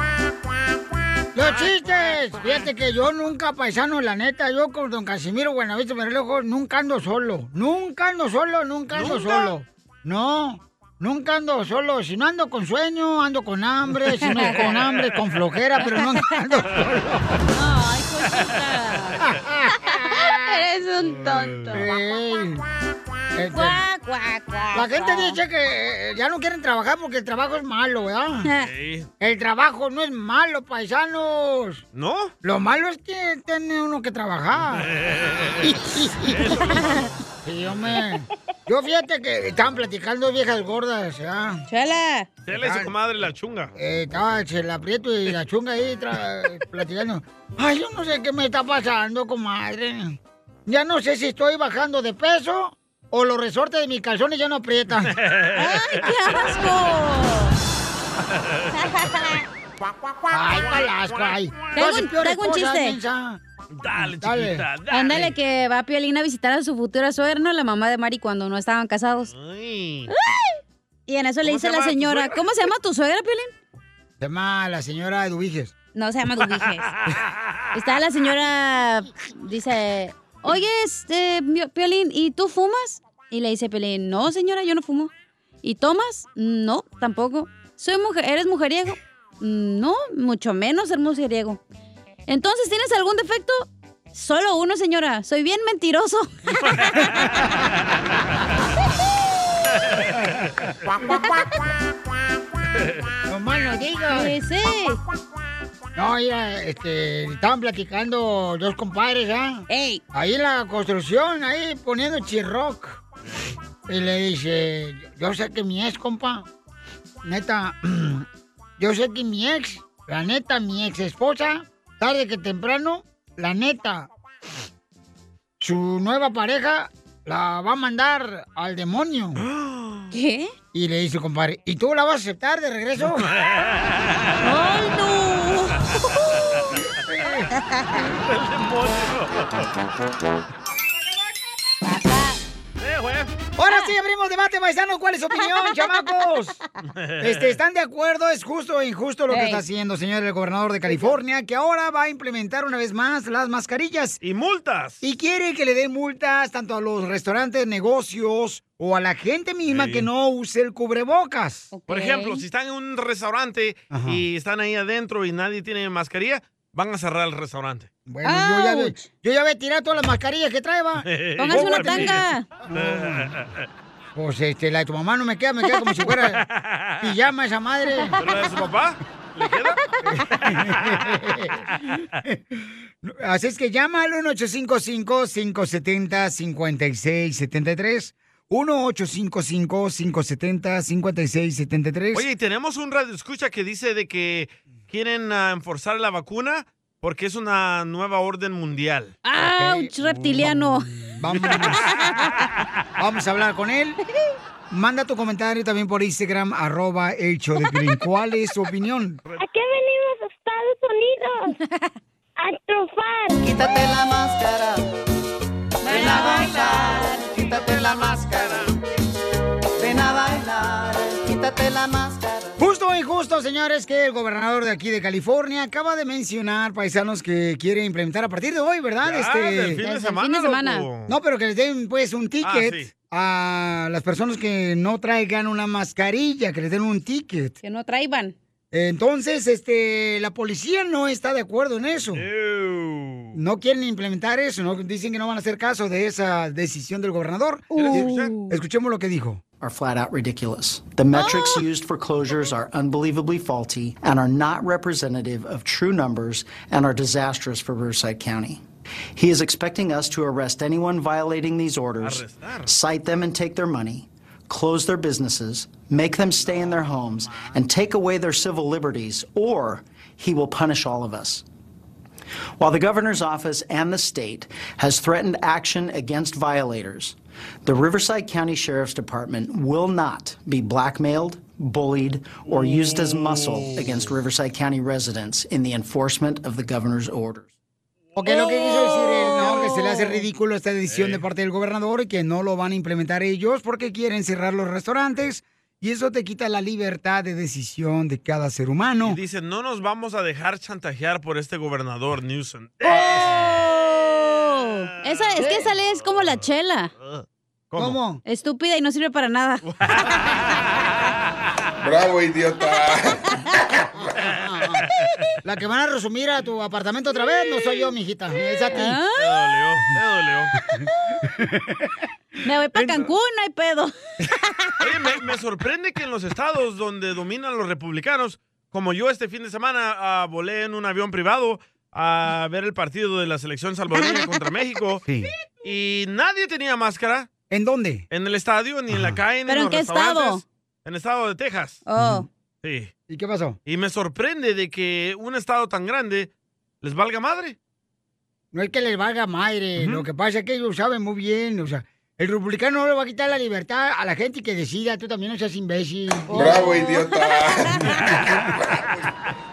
S3: Los chistes. Fíjate que yo nunca, paisano, la neta, yo con don Casimiro Buenavista Merlejo, nunca ando solo. Nunca ando solo, nunca ando
S7: ¿Nunca?
S3: solo. No, nunca ando solo. Si no ando con sueño, ando con hambre. Si no con hambre, con flojera, pero no ando solo.
S7: ¡Ay,
S6: <laughs> Eres un tonto.
S3: Este,
S6: Cuac, cuac, cuac,
S3: La gente
S6: cuac.
S3: dice que eh, ya no quieren trabajar porque el trabajo es malo, ¿verdad?
S4: Sí.
S3: El trabajo no es malo, paisanos.
S4: ¿No?
S3: Lo malo es que
S4: <laughs>
S3: tiene uno que trabajar.
S4: Eso es lo malo.
S3: Sí, hombre. Yo fíjate que estaban platicando viejas gordas, ¿ya?
S6: ¡Chela!
S4: Chela y su comadre la chunga.
S3: Eh, estaba el aprieto y la chunga ahí tra- platicando. Ay, yo no sé qué me está pasando, comadre. Ya no sé si estoy bajando de peso o los resortes de mis calzones ya no aprietan. ¡Ay,
S7: qué
S3: ¡Ay, palasco, ay!
S6: Traigo
S3: Hacen
S6: un,
S3: peores
S6: traigo un
S3: cosas,
S6: chiste.
S3: mensa.
S4: Dale,
S3: Dale.
S4: chiquita, dale.
S6: Ándale que va Piolín a visitar a su futura suegra, la mamá de Mari, cuando no estaban casados.
S4: Ah. Ay.
S6: Y en eso le dice la
S3: llama tu
S6: señora,
S3: suegra?
S6: ¿cómo se llama tu suegra, Piolín?
S3: Se llama la señora Dubiges.
S6: No, se llama
S3: <laughs>
S6: Dubiges. Está la señora, dice, oye, este, Mio- Piolín, ¿y tú fumas? Y le dice Piolín, no, señora, yo no fumo. ¿Y tomas? No, tampoco. ¿Soy mujer, ¿Eres mujeriego? No, mucho menos ser mujeriego. Entonces, ¿tienes algún defecto? Solo uno, señora. Soy bien mentiroso. <laughs>
S3: No más no digas. No, mira, este, estaban platicando dos compadres, ¿ah? Ahí en la construcción, ahí poniendo chirroc. Y le dice, yo sé que mi ex, compa, neta, <clears throat> yo sé que mi ex, la neta, mi ex esposa, tarde que temprano, la neta, su nueva pareja la va a mandar al demonio. <gasps>
S6: ¿Qué?
S3: Ah. Y le dice, su compadre, ¿y tú la vas a aceptar de
S4: <laughs>
S3: regreso?
S7: ¡Ay,
S6: no!
S7: ¡El demonio!
S3: Ahora sí abrimos debate, paisano. ¿Cuál es su opinión, chamacos? Este, ¿Están de acuerdo? ¿Es justo o injusto lo que
S4: Ey.
S3: está haciendo, señor, el gobernador de California, que ahora va a implementar una vez más las mascarillas?
S4: Y multas.
S3: Y quiere que le den multas tanto a los restaurantes, negocios o a la gente misma
S4: Sí.
S3: que no use el cubrebocas.
S4: Por ejemplo, si están en un restaurante
S3: Ajá.
S4: y están ahí adentro y nadie tiene mascarilla, van a cerrar el restaurante.
S3: Bueno, yo ya, ve- yo ya voy a tirar todas las mascarillas que
S6: <laughs>
S3: trae, va.
S4: Póngase
S6: una tanga.
S3: Pues este, la de tu mamá no me queda, me queda como si
S6: <laughs>
S3: fuera pijama esa madre.
S4: ¿Pero la de su papá?
S3: <laughs> Así es que llama al 1855-570-5673. 1855-570-5673.
S4: Oye, y tenemos un radio escucha que dice de que quieren ah, enforzar la vacuna porque es una nueva orden mundial.
S6: ¡Auch, reptiliano!
S3: Vamos a hablar con él. Manda tu comentario también por Instagram, arroba el show de Piolín. ¿Cuál es tu opinión?
S7: ¿A qué venimos a Estados Unidos? ¡A triunfar! Quítate la máscara. Ven a bailar. Quítate la máscara. Ven a bailar. Quítate la máscara.
S3: Justo o injusto, señores, que el gobernador de aquí de California acaba de mencionar, paisanos, que quiere implementar a partir de hoy, ¿verdad? Este,
S4: Ya, del fin de Desde el semana, fin de semana. loco. Ah,
S3: No, pero que les den, pues, un ticket
S4: sí.
S3: a las personas que no traigan una mascarilla, que les den un ticket.
S6: Que no traigan.
S3: Entonces, este, la policía no está de acuerdo en eso. No quieren implementar eso, ¿no? dicen que no van a hacer caso de esa decisión del gobernador. Escuchemos lo que dijo.
S19: are flat out ridiculous. The metrics used for closures are unbelievably faulty and are not representative of true numbers and are disastrous for Riverside County. He is expecting us to arrest anyone violating these orders, cite them and take their money, close their businesses, make them stay in their homes, and take away their civil liberties, or he will punish all of us. While the governor's office and the state has threatened action against violators, the Riverside County Sheriff's Department will not be blackmailed, bullied, or used as muscle against Riverside County residents in the enforcement of the governor's orders.
S3: Ok, lo que quiso decir él, no, que se le hace ridículo esta decisión de parte del gobernador y que no lo van a implementar ellos porque quieren cerrar los restaurantes y eso te quita la libertad de decisión de cada ser humano.
S4: Dice, no nos vamos a dejar chantajear por este gobernador Newsom.
S6: ¡Oh! Esa, es que esa ley es como la chela.
S4: ¿Cómo?
S6: Estúpida y no sirve para nada.
S20: Bravo, idiota.
S3: La que van a resumir a tu apartamento otra vez no soy yo, mijita, es a ti.
S6: Ah,
S4: Me dolió.
S6: Me voy para Cancún, no hay pedo.
S4: <laughs> Oye, me, me sorprende que en los estados donde dominan los republicanos, como yo este fin de semana ah, volé en un avión privado
S6: <laughs>
S4: a ver el partido de la selección salvadoreña contra México, y nadie tenía máscara.
S3: ¿En dónde?
S4: En el estadio, ni en la calle, ni
S6: ¿Pero
S4: en,
S6: en
S4: los
S6: qué estado?
S4: restaurantes. En el estado de Texas.
S6: Oh.
S4: Sí.
S3: ¿Y qué pasó?
S4: Y me sorprende de que un estado tan grande les valga madre.
S3: No es que les valga madre. Lo que pasa es que ellos saben muy bien. O sea, el republicano no le va a quitar la libertad a la gente que decida. Tú también no seas imbécil.
S2: Bravo, idiota.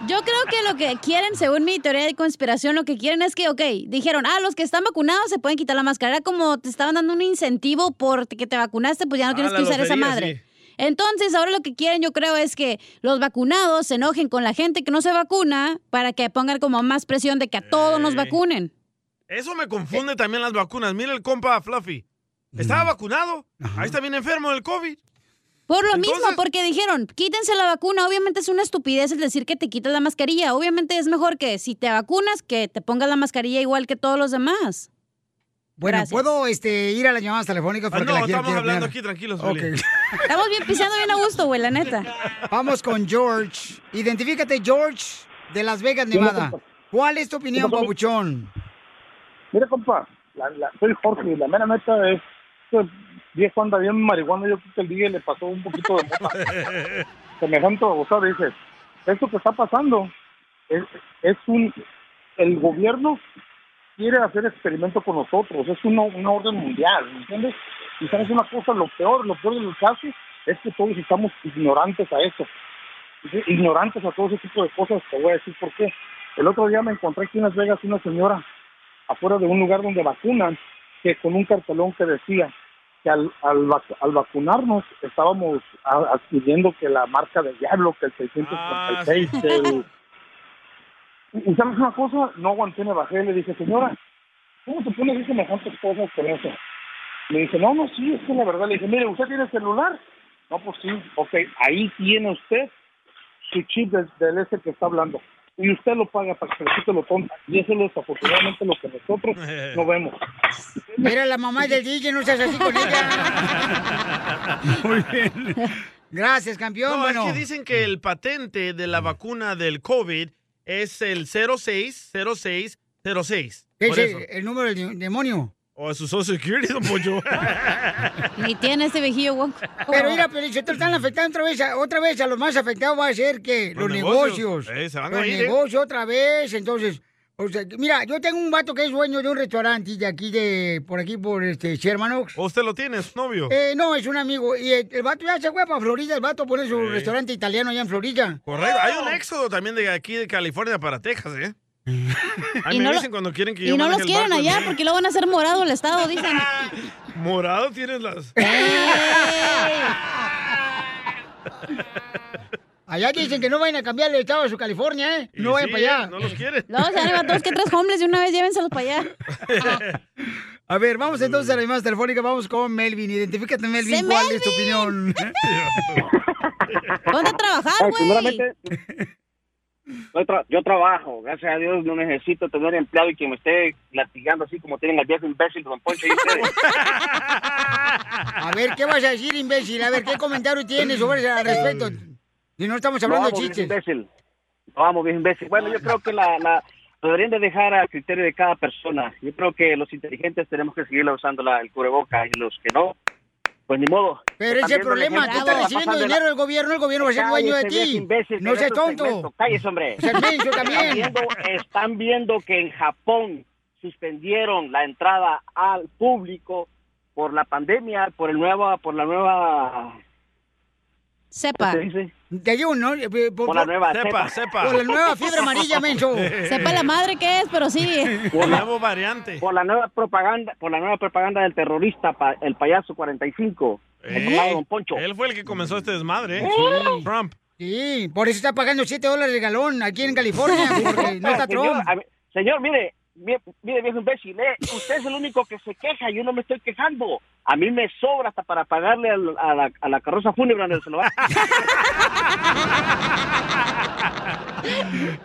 S6: Yo creo que lo que quieren, según mi teoría de conspiración, lo que quieren es que, ok, dijeron, ah, los que están vacunados se pueden quitar la máscara. Era como te estaban dando un incentivo por que te vacunaste, pues ya no
S7: Ah,
S6: tienes
S7: la
S6: que usar esa
S7: lotería,
S6: madre.
S7: sí.
S6: Entonces, ahora lo que quieren, yo creo, es que los vacunados se enojen con la gente que no se vacuna para que pongan como más presión de que a todos nos
S4: Ey.
S6: vacunen.
S4: Eso me confunde
S3: Eh.
S4: también las vacunas. Mira el compa Fluffy. Estaba
S3: Mm.
S4: vacunado. Ahí está bien enfermo del COVID.
S6: Por lo mismo, porque dijeron, quítense la vacuna. Obviamente es una estupidez el decir que te quitas la mascarilla. Obviamente es mejor que si te vacunas, que te pongas la mascarilla igual que todos los demás.
S3: Bueno,
S6: Gracias.
S3: ¿puedo este, ir a las llamadas telefónicas?
S4: Ah,
S3: Porque
S4: no,
S3: la quiero
S4: estamos
S3: quiero
S4: hablando
S3: opinar?
S4: aquí tranquilos.
S3: Ok.
S4: Piolín.
S6: Estamos bien pisando bien a gusto, güey, la neta.
S3: Vamos con George. Identifícate, George, de Las Vegas,
S6: ¿Qué onda,
S3: Nevada.
S6: compa?
S3: ¿Cuál es tu opinión,
S21: compa?
S3: papuchón?
S21: Mira, compa, la, la- soy Jorge, y la mera neta es que viejo anda bien marihuana, yo creo que el día le pasó un poquito de mota. Semejante abusado, dices, esto que está pasando es, es un, el gobierno quiere hacer experimento con nosotros, es una, una orden mundial, ¿me ¿entiendes? Y sabes una cosa, lo peor, lo peor del caso es que todos estamos ignorantes a eso ignorantes a todo ese tipo de cosas, te voy a decir por qué. El otro día me encontré aquí en Las Vegas una señora afuera de un lugar donde vacunan, que con un cartelón que decía que al, al, vac- al vacunarnos estábamos a- adquiriendo que la marca del diablo, que el 636,
S22: Ah, sí.
S21: que el- <laughs> Y, y sabes una cosa, no aguanté, me bajé y le dije, señora, ¿cómo se pone a decir semejantes cosas con eso? Le dije, no, no, sí, es que la verdad. Le dije, mire, ¿usted tiene celular? No, pues sí. Ok, ahí tiene usted su chip del, del ese que está hablando. Y usted lo paga para que le quite lo tonta. Y eso es lo- desafortunadamente lo que
S4: <laughs>
S21: nosotros no vemos.
S3: Mira, la mamá del DJ, no seas así con
S4: <laughs>
S3: ella.
S4: Muy
S21: <laughs>
S4: bien.
S3: Gracias, campeón.
S4: No,
S3: bueno. Mm.
S4: es que dicen que el patente de la vacuna del COVID es el 060606.
S3: ¿Qué
S4: Por
S3: es
S4: eso.
S3: el, el número del de- demonio?
S4: O su Social Security, don
S3: <laughs>
S4: Poncho.
S6: Ni tiene este viejillo guapo.
S3: Pero mira, pero si te están afectando otra vez, a- otra vez a los más afectados va a ser que los,
S4: Los
S3: negocios.
S4: negocios. Eh, se van a
S3: los
S4: ir, eh.
S3: negocios otra vez, entonces. o sea, que- mira, yo tengo un vato que es dueño de un restaurante de aquí, de por aquí, por este Sherman Oaks.
S4: ¿O usted lo tiene, su novio?
S3: Eh, no, es un amigo. Y el, el vato ya se fue para Florida, el vato pone su restaurante italiano allá en
S4: <laughs>
S3: Florida.
S4: Correcto. Hay un éxodo también de aquí de California para Texas,
S3: <laughs>
S4: ¿eh? Ahí
S6: Y
S4: me
S6: no lo-
S4: dicen cuando quieren que yo
S6: Y no
S4: maneje
S6: los
S4: el
S6: quieren
S4: barco en
S6: allá
S4: mí.
S6: porque lo van a hacer morado el
S4: <laughs>
S6: estado, dicen.
S4: Morado tienes las...
S6: Eh.
S4: <laughs>
S3: Allá dicen que no vayan a cambiar el estado de su California, ¿eh? No vayan
S4: sí,
S3: para allá.
S4: ¿eh? No los quieren.
S6: No, se van a todos que tres hombres de una vez llévenselos para allá.
S3: <laughs> A ver, vamos entonces a la llamada telefónica. Vamos con Melvin. Identifícate, Melvin.
S6: ¡Sí,
S3: ¿Cuál es tu opinión?
S6: <laughs> ¿Dónde trabajar,
S20: Ay,
S6: güey?
S20: primeramente, yo, tra- yo trabajo, gracias a Dios no necesito tener empleado y que me esté latigando así como tienen al viejo imbécil Don Poncho y ustedes.
S3: A ver, ¿qué vas a decir, imbécil? A ver, ¿qué comentario tienes sobre
S6: Eh,
S3: eso al respecto? Si no estamos hablando de
S20: Lo amo,
S3: chistes.
S20: viejo imbécil. Lo amo, viejo imbécil. Bueno, yo creo que la, la lo deberían de dejar a criterio de cada persona. Yo creo que los inteligentes tenemos que seguir usando la, el cubreboca y los que no, pues ni modo.
S3: Pero ese es el
S20: También, por
S3: problema. Tú
S20: ejemplo,
S3: estás
S20: va
S3: recibiendo
S20: pasando la-
S3: dinero del gobierno, el gobierno va a ser dueño de
S20: Cállese, viejo
S3: ti.
S20: imbécil,
S3: No
S20: que
S3: seas
S20: es un segmento.
S3: tonto.
S20: Cállese, hombre.
S3: Serpencio también.
S20: Están viendo, están viendo que en Japón suspendieron la entrada al público por la pandemia, por el nueva, por la nueva,
S6: Sepa.
S20: ¿qué se dice?
S3: De ahí uno, eh, Por,
S20: la nueva
S4: Sepa, sepa.
S3: Por la nueva fiebre amarilla, menso.
S6: Sepa la madre que es, pero sí.
S20: Por la,
S4: variante.
S20: Por la nueva propaganda, por la nueva propaganda del terrorista, pa- el payaso 45. El
S4: ¿Eh?
S3: ¿Mm?
S20: papá de Don Poncho.
S4: Él fue el que comenzó este desmadre, ¿eh? Trump.
S3: Sí, por eso está pagando 7 dólares de galón aquí en
S20: <laughs>
S3: California, porque no está
S20: Señor,
S3: Trump.
S20: a ver, señor, mire, mire, mire, viejo imbécil, eh, usted es el único que se queja, yo no me estoy quejando. A mí me sobra hasta para pagarle al- a, la, a la carroza fúnebre a Nelson Lovato.
S3: <laughs>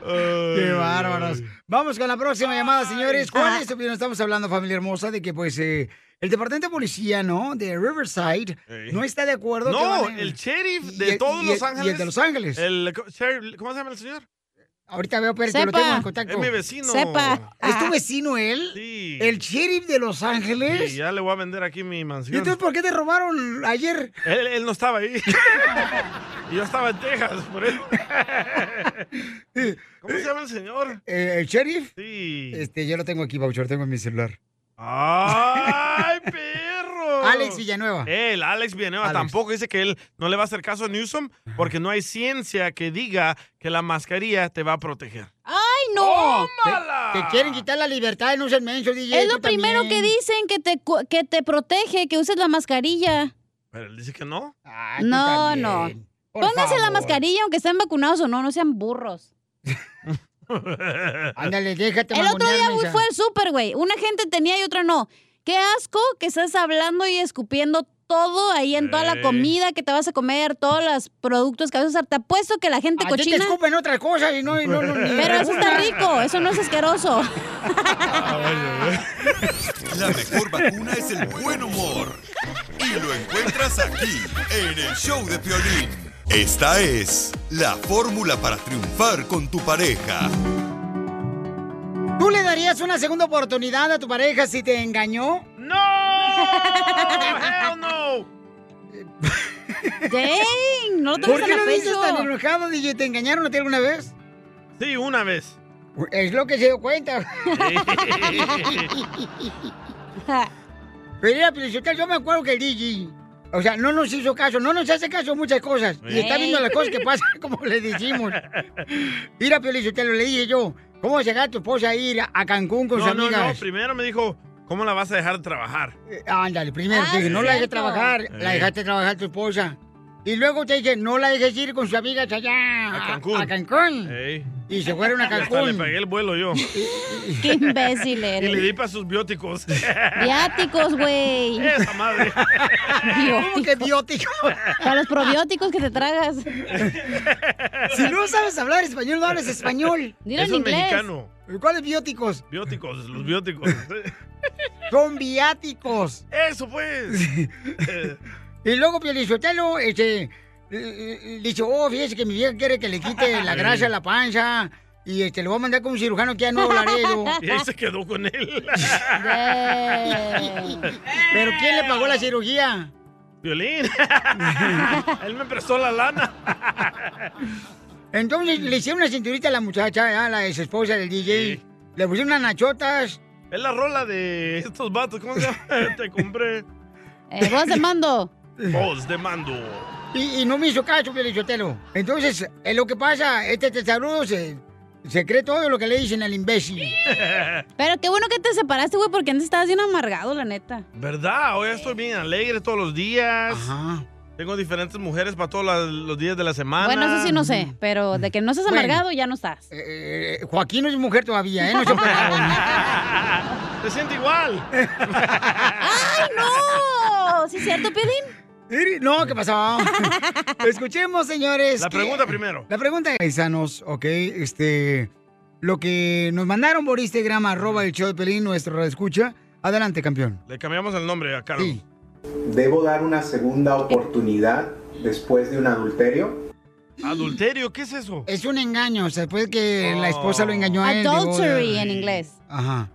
S3: Qué bárbaros. Vamos con la próxima llamada, señores. ¿Cuál es tu opinión? Estamos hablando, familia hermosa, de que pues eh, el departamento de policía, ¿no? De Riverside
S4: Ey.
S3: no está de acuerdo. que
S4: No,
S3: van a-
S4: el sheriff
S3: Y
S4: de
S3: el-
S4: todos
S3: y
S4: Los
S3: el- y el
S4: Ángeles.
S3: de Los Ángeles.
S4: El co- sheriff, ¿cómo se llama el señor?
S3: Ahorita veo, pero lo
S4: Sepa.
S3: tengo en contacto.
S4: Es mi vecino. Sepa.
S3: ¿Es
S6: Ah.
S3: tu vecino él?
S4: Sí.
S3: ¿El sheriff de Los Ángeles?
S4: Sí, ya le voy a vender aquí mi mansión.
S3: ¿Y entonces por qué te robaron ayer?
S4: Él, él no estaba ahí. <laughs> Yo estaba en Texas, por eso. ¿Cómo se llama el señor?
S3: Eh, ¿El sheriff?
S4: Sí.
S3: Este, yo lo tengo aquí, Bauchor, tengo en mi celular.
S4: ¡Ay, perro!
S3: Alex Villanueva.
S4: Él, Alex Villanueva,
S3: Alex.
S4: tampoco dice que él no le va a hacer caso a Newsom porque no hay ciencia que diga que la mascarilla te va a proteger.
S6: ¡Ay, no!
S3: Te quieren quitar la libertad, no usen menso, DJ.
S6: Es
S3: tú
S6: lo primero
S3: también.
S6: que dicen, que te, cu- que te protege, que uses la mascarilla.
S4: Pero él dice que no.
S6: tú No, también. no. Pónganse la mascarilla aunque estén vacunados o no, no sean burros.
S3: <laughs> Ándale, déjate
S6: El otro día
S3: mangonear, mensa.
S6: fue el súper, güey. Una gente tenía y otra no. Qué asco que estás hablando y escupiendo todo ahí en toda la
S3: Ey.
S6: comida que te vas a comer, todos los productos que vas a usar. Te apuesto que la gente
S3: A ti Ah, te
S6: cochina...
S3: escupen otras cosas y no... y no, no ni-
S6: Pero eso está rico, eso no es
S4: <laughs>
S6: asqueroso.
S8: La mejor vacuna es el buen humor. Y lo encuentras aquí, en el show de Piolín. Esta es la fórmula para triunfar con tu pareja.
S3: ¿Tú le darías una segunda oportunidad a tu pareja si te engañó?
S4: ¡No! ¡Hell no!
S6: ¡Dang! No
S4: lo
S3: ¿Por
S4: tomes a
S3: qué
S4: la
S3: lo dices
S4: pecho.
S3: tan enojado, DJ? ¿Te engañaron a ti alguna vez?
S4: Sí, una vez.
S3: Es lo que se dio
S4: <laughs>
S3: cuenta. <laughs> Pero mira, Pilichotel, yo me acuerdo que el DJ, o sea, no nos hizo caso, no nos hace caso en muchas cosas. Y está
S7: Ey.
S3: viendo las cosas que pasan como le decimos. Mira, Pilichotel, le dije yo, ¿cómo vas a llegar tu esposa a ir a Cancún con
S4: No,
S3: sus
S4: no, no.
S3: amigas?
S4: Primero me dijo, ¿cómo la vas a dejar de trabajar?
S3: Eh, Ándale, primero
S4: Ah,
S3: te dije,
S4: sí,
S3: no la dejé
S4: cierto.
S3: trabajar, la
S4: Ey.
S3: dejaste trabajar tu esposa. Y luego te dije, no la dejes ir con sus amigas allá a
S4: Cancún.
S3: A Cancún.
S4: Ey.
S3: Y se fueron a
S4: Hasta
S3: Cancún.
S4: le pagué el vuelo yo.
S6: Qué imbécil eres.
S4: Y le di para
S3: <laughs>
S4: sus bióticos.
S6: Biáticos, güey.
S4: Esa madre.
S3: ¿Cómo que bióticos?
S6: Para los probióticos que te tragas.
S3: Si no sabes hablar español, no hables español.
S4: <laughs> Dilo en Eso es inglés. mexicano.
S3: ¿Cuáles bióticos?
S4: Bióticos,
S3: <laughs>
S4: los bióticos.
S3: Son
S4: <laughs>
S3: viáticos.
S4: Eso pues.
S3: y luego Pielizotelo, este, le- le dice, oh, fíjese que mi vieja quiere que le quite la
S4: Sí.
S3: grasa a la panza. Y este, lo voy a mandar con un cirujano que ya no hablaré yo.
S4: <laughs>
S3: Eh.
S4: Y ahí se quedó
S3: <laughs>
S4: con él.
S3: ¿Pero quién le pagó la cirugía?
S4: Violín. él me prestó la lana.
S3: <laughs> Entonces le hicieron una cinturita a la muchacha, ¿eh? a la ex esposa del DJ. Le pusieron unas nachotas.
S4: Es la rola de estos vatos. ¿Cómo
S3: <laughs>
S4: se llama? Te compré. Eh,
S6: Eh, voz de mando.
S4: Voz de mando. <laughs>
S3: Y, y no me hizo caso, Pielichotelo. Entonces, es lo que pasa, este testarudo se, se cree todo lo que le dicen al
S4: <laughs>
S3: imbécil.
S6: Pero qué bueno que te separaste, güey, porque antes estabas bien amargado, la neta.
S4: ¿Verdad? Hoy estoy bien alegre todos los días. Tengo diferentes mujeres para todos la- los días de la semana.
S6: Bueno, eso sí no sé, pero de que no estás
S4: Bueno.
S6: amargado ya no estás.
S3: Eh, Joaquín no es mujer todavía, ¿eh? No se ha operado.
S4: <laughs> Se siente
S3: <laughs>
S4: igual.
S3: ¡Ay,
S6: no! ¿Sí es cierto, Piolín?
S3: No,
S6: <laughs>
S3: ¿qué pasó? Escuchemos, señores.
S4: La
S3: que-
S4: pregunta primero.
S3: La pregunta, paisanos, ok, este... Lo que nos mandaron por Instagram, arroba el show de Pelín, nuestro escucha. Adelante, campeón.
S4: Le cambiamos el nombre a Carlos.
S23: ¿Debo dar una segunda oportunidad después de un adulterio?
S4: ¿Adulterio? ¿Qué es eso? Oh.
S3: Es un engaño, o sea, después que la esposa lo engañó a él.
S6: Adultery
S3: digo,
S6: en inglés.
S3: Ajá.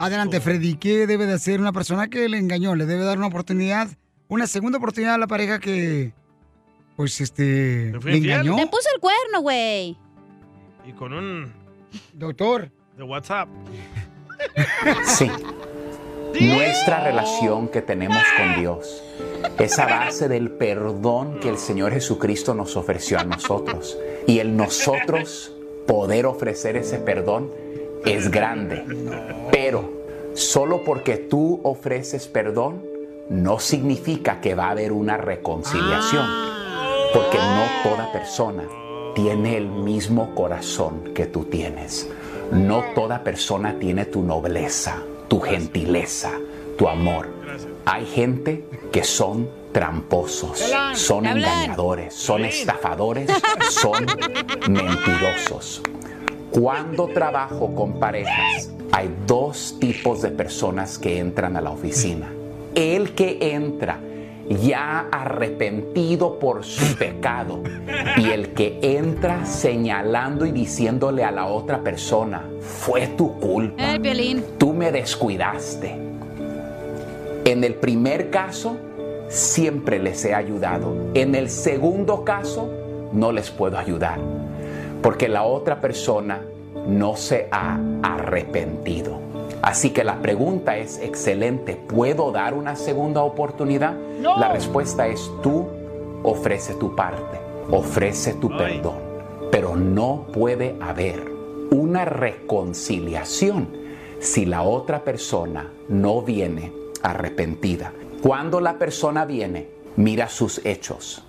S3: Adelante, Freddy, ¿qué debe de hacer una persona que le engañó? ¿Le debe dar una oportunidad, una segunda oportunidad a la pareja que, pues, este, le engañó?
S6: Te puso el cuerno, güey.
S4: Y con un...
S3: Doctor.
S4: De WhatsApp.
S24: Sí. Nuestra relación que tenemos con Dios es a base del perdón que el Señor Jesucristo nos ofreció a nosotros. Y el nosotros poder ofrecer ese perdón es grande. Pero solo porque tú ofreces perdón no significa que va a haber una reconciliación. Porque no toda persona tiene el mismo corazón que tú tienes. No toda persona tiene tu nobleza, tu gentileza, tu amor. Hay gente que son tramposos,
S23: Hablan,
S24: son
S23: hablan.
S24: engañadores, son estafadores,
S23: <laughs>
S24: son mentirosos. Cuando trabajo con parejas, hay dos tipos de personas que entran a la oficina. El que entra ya arrepentido por su pecado. Y el que entra señalando y diciéndole a la otra persona, fue tu culpa,
S4: Ah.
S6: El violín.
S24: tú me descuidaste. En el primer caso, siempre les he ayudado. En el segundo caso, no les puedo ayudar. Porque la otra persona no se ha arrepentido. Así que la pregunta es excelente. ¿Puedo dar una segunda oportunidad?
S7: No.
S24: La respuesta es tú ofrece tu parte, ofrece tu perdón. Pero no puede haber una reconciliación si la otra persona no viene arrepentida. Cuando la persona viene, mira sus hechos,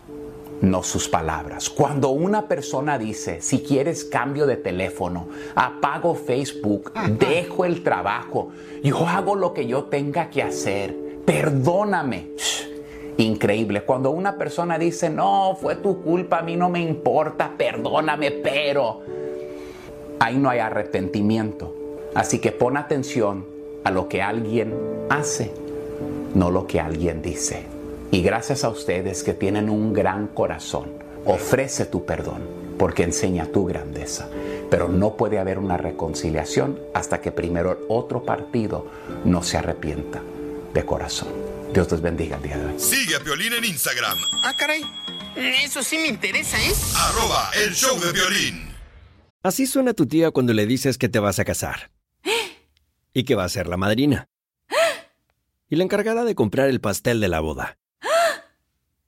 S24: no sus palabras. Cuando una persona dice, si quieres cambio de teléfono, apago Facebook, dejo el trabajo, yo hago lo que yo tenga que hacer, perdóname. Shh, Increíble. Cuando una persona dice, no, fue tu culpa, a mí no me importa, perdóname, pero ahí no hay arrepentimiento. Así que pon atención a lo que alguien hace, no lo que alguien dice. Y gracias a ustedes que tienen un gran corazón, ofrece tu perdón porque enseña tu grandeza. Pero no puede haber una reconciliación hasta que primero el otro partido no se arrepienta de corazón. Dios les bendiga el día de hoy.
S8: Sigue a Piolín en Instagram,
S7: Ah, caray. Eso sí me interesa, ¿eh?
S8: arroba el show de violín.
S25: Así suena tu tía cuando le dices que te vas a casar. Y que va a ser la madrina. Y la encargada de comprar el pastel de la boda.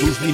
S26: ¿Tus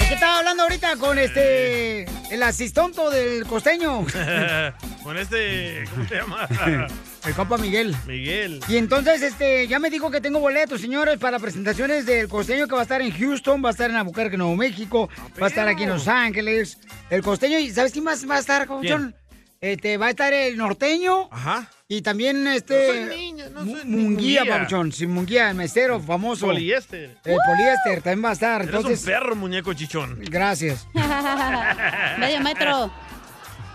S3: Es que estaba hablando ahorita con este. El asistonto del costeño.
S4: <laughs> Con este. ¿Cómo se llama?
S3: <laughs> El compa Miguel.
S4: Miguel.
S3: Y entonces, este, ya me dijo que tengo boletos, señores, para presentaciones del costeño que va a estar en Houston, va a estar en Albuquerque, Nuevo México, va a estar aquí en Los Ángeles. El costeño, ¿y sabes quién más va a estar, John? Este, va a estar el norteño. Ajá. Y también este. Mu- Munguía,
S4: Munguía.
S3: Pabuchón. Sí, Munguía, el mesero famoso.
S4: Poliéster.
S3: El poliéster también va a estar.
S4: Eres
S3: Entonces,
S4: un perro, muñeco chichón.
S3: Gracias. <laughs>
S6: Medio metro.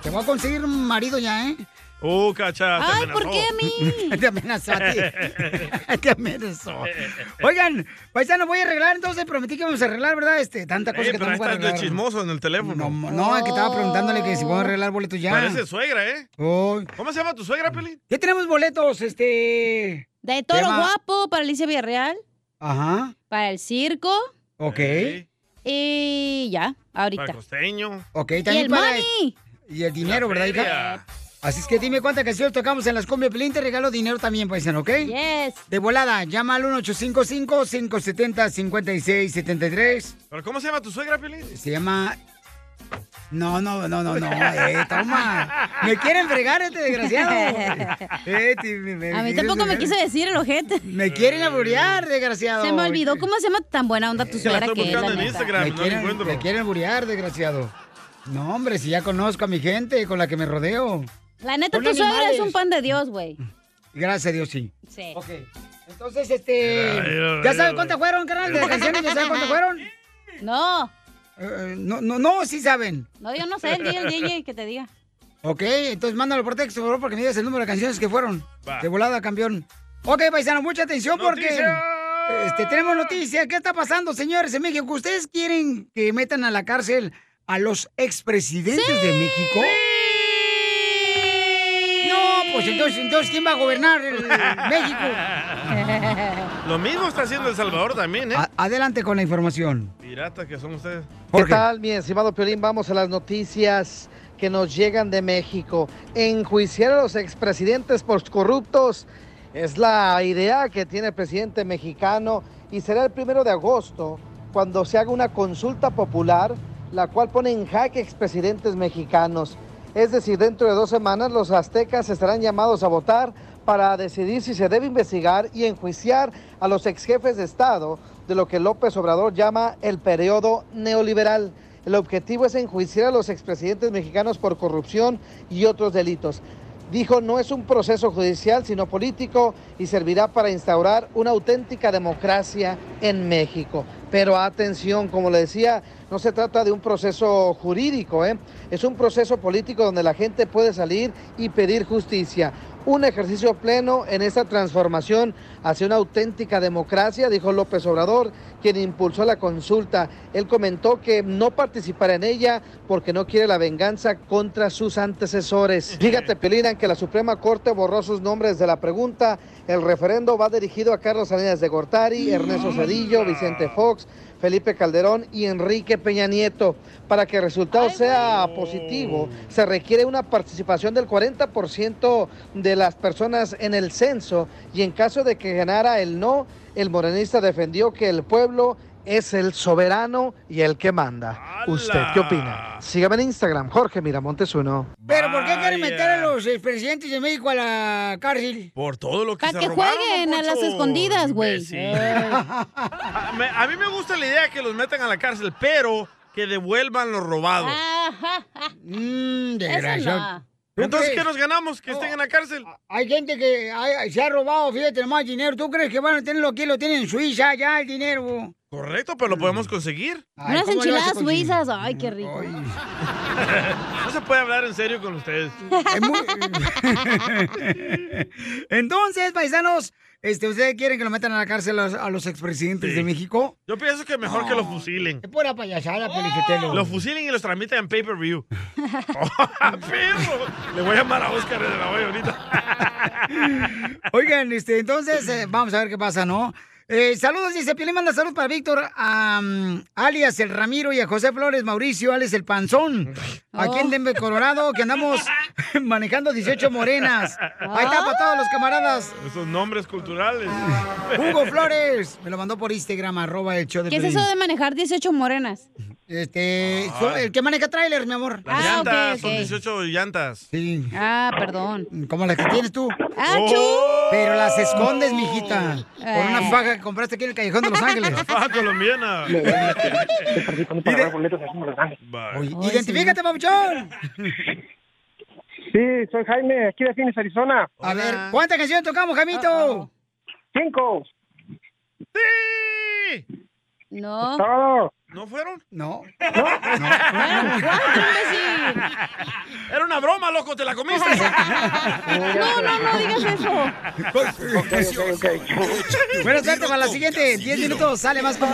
S3: Te voy a conseguir un marido ya, ¿eh?
S4: Uh, cacha. te
S6: Ay, ¿por qué a mí?
S3: <laughs> Te amenazó a
S4: <laughs>
S3: ti.
S7: <laughs>
S3: Te amenazó. Oigan, paisano, voy a arreglar, entonces prometí que vamos a arreglar, ¿verdad? Este, tanta cosa
S4: Ey,
S3: que
S4: pero ahí
S3: tengo que
S4: está de
S3: arreglar.
S4: chismoso en el teléfono. No,
S3: No, es que estaba preguntándole que si puedo arreglar boletos ya.
S4: Parece suegra, ¿eh?
S3: Uy.
S4: ¿Cómo se llama tu suegra, Pelín?
S3: Ya tenemos boletos, este.
S6: De toro
S3: Tema-
S6: guapo para Alicia Villarreal,
S3: Ajá,
S6: para el circo
S3: ok.
S6: y ya, ahorita.
S3: Para
S4: costeño.
S3: Ok,
S6: Y
S3: también
S6: el
S3: para.
S6: money.
S3: Y el dinero,
S6: La
S3: ¿verdad, hija?
S6: feria.
S3: Así es que dime cuántas canciones tocamos en las combi Pelín, te regalo dinero también, paisano, ¿ok?
S6: Yes.
S3: De volada, llama al 1855-570-5673.
S4: ¿Pero cómo se llama tu
S3: <laughs>
S4: suegra, Pelín?
S3: Se llama. No, no, no, no, no, eh, toma. Me quieren fregar este
S6: <laughs>
S3: desgraciado. Eh, ti- me-
S6: A mí
S3: quieres
S6: tampoco me
S3: fregar.
S6: quiso decir el ojete.
S3: ¿eh? Me quieren aburear, desgraciado.
S6: Se me olvidó cómo se llama tan buena onda tu suegra que es, la neta.
S3: me quieren, me quieren burear, desgraciado. No, hombre, si ya conozco a mi gente con la que me rodeo.
S6: La neta,
S3: Son
S6: tu suegra
S3: animales.
S6: es un pan de Dios, güey.
S3: Gracias a Dios, sí.
S6: Sí.
S3: Entonces, este. ¿Ya saben cuántas fueron, carnal? ¿De las canciones? ¿Ya saben cuántas fueron? Eh,
S6: No.
S3: no, no, no, sí saben.
S6: No, yo no sé, el DJ, el DJ que te diga.
S3: Ok, entonces mándalo por texto, por favor, porque me digas el número de canciones que fueron. De volada, campeón. Ok, paisano, mucha atención porque este, tenemos noticias. ¿Qué está pasando, señores, en México? ¿Ustedes quieren que metan a la cárcel a los expresidentes de México? No, pues entonces, <laughs> entonces, ¿quién va a gobernar el- México?
S4: <laughs> Lo mismo está haciendo El Salvador también, ¿eh?
S3: A- adelante con la información.
S4: Piratas que son ustedes.
S9: ¿Qué tal, mi estimado Piolín? Vamos a las noticias que nos llegan de México. Enjuiciar a los expresidentes por corruptos es la idea que tiene el presidente mexicano y será el primero de agosto cuando se haga una consulta popular, la cual pone en jaque expresidentes mexicanos. Es decir, dentro de dos semanas los aztecas estarán llamados a votar para decidir si se debe investigar y enjuiciar a los exjefes de Estado de lo que López Obrador llama el periodo neoliberal. El objetivo es enjuiciar a los expresidentes mexicanos por corrupción y otros delitos. Dijo, no es un proceso judicial, sino político y servirá para instaurar una auténtica democracia en México. Pero atención, como le decía, no se trata de un proceso jurídico, ¿eh? es un proceso político donde la gente puede salir y pedir justicia. Un ejercicio pleno en esta transformación hacia una auténtica democracia, dijo López Obrador, quien impulsó la consulta. Él comentó que no participará en ella porque no quiere la venganza contra sus antecesores. Fíjate, Pelina, que la Suprema Corte borró sus nombres de la pregunta. El referendo va dirigido a Carlos Salinas de Gortari, Ernesto Cedillo, Vicente Fox, Felipe Calderón y Enrique Peña Nieto. Para que el resultado sea positivo, se requiere una participación del 40% de las personas en el censo y en caso de que ganara el no, el morenista defendió que el pueblo es el soberano y el que manda. ¿Usted qué opina? Sígame en Instagram, Jorge Miramontes uno.
S3: ¿Pero por qué quieren meter a los expresidentes de México a la cárcel?
S4: Por todo lo
S6: Para que jueguen a las escondidas, güey. Eh.
S4: A, me- a mí me gusta la idea que los metan a la cárcel, pero que devuelvan los robados.
S7: Ah. Mm,
S3: Mmm,
S4: desgraciado. Entonces, ¿qué nos ganamos? Que estén en la cárcel.
S3: Hay gente que hay- se ha robado, fíjate, más dinero. ¿Tú crees que van a tenerlo aquí? Lo tienen en Suiza, ya el dinero.
S4: Correcto, pero lo podemos conseguir.
S6: Unas enchiladas suizas. Ay, qué rico.
S4: No se puede hablar en serio con ustedes.
S3: <laughs> Entonces, paisanos, este, ¿ustedes quieren que lo metan a la cárcel a los, a los expresidentes de México?
S4: Yo pienso que mejor que los fusilen.
S3: Es pura payasada, Pelichotelo.
S4: Los fusilen y los transmiten en pay-per-view. <laughs> Oh, ¡Perro! Le voy a llamar a Oscar de la Hoya ahorita.
S3: Oigan, este, entonces, eh, vamos a ver qué pasa, ¿no? Eh, saludos, dice Piolín, manda saludos para Víctor, a, um, alias el Ramiro y a José Flores, Mauricio, alias el Panzón, aquí
S6: Oh.
S3: en Denver, Colorado, que andamos <laughs> manejando 18 morenas. Ahí está para todos los camaradas.
S4: Esos nombres culturales.
S3: Hugo Flores, me lo mandó por Instagram, arroba el show de
S6: ¿Qué es
S3: Piolín.
S6: eso de manejar 18 morenas?
S3: Este,
S4: Ah.
S3: so- el que maneja trailers, mi amor.
S4: Las llantas, son 18 llantas.
S3: Sí.
S6: Ah, perdón.
S3: Como las que tienes tú.
S6: ¡Achú! Oh.
S3: Pero las escondes, mijita. Con
S6: Eh.
S3: una faja que compraste aquí en el Callejón de Los Ángeles.
S4: Faja Ah,
S3: <laughs>
S4: colombiana.
S3: Oye, Identifícate, papuchón.
S27: Sí, soy Jaime, aquí de Phoenix, Arizona.
S3: A ver, ¿cuántas canciones tocamos, Jamito?
S27: Cinco.
S6: No.
S27: Todo.
S4: ¿No fueron?
S3: No.
S4: Era una broma, loco, te la comiste.
S6: No, no, no digas eso.
S3: Buenas suerte para la siguiente. En 10 minutos sale más con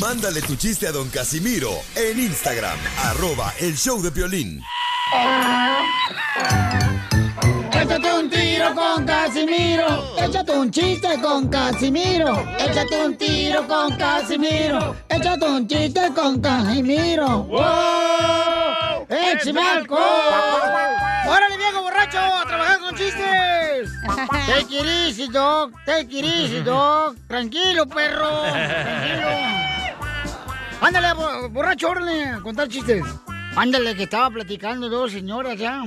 S8: Mándale tu chiste a don Casimiro en Instagram, arroba el show de violín.
S2: Échate un tiro con Casimiro. Échate un chiste con Casimiro. Échate un tiro con Casimiro. Échate un chiste con Casimiro. ¡Eh, ¡Wow! ¡Échame alcohol!
S3: ¡Órale, viejo borracho! ¡A trabajar con chistes! Take it easy, dog. Take it easy, dog. Tranquilo, perro. Tranquilo. Ándale, bo- borracho, órale, a contar chistes. Ándale, que estaba platicando dos señoras ya.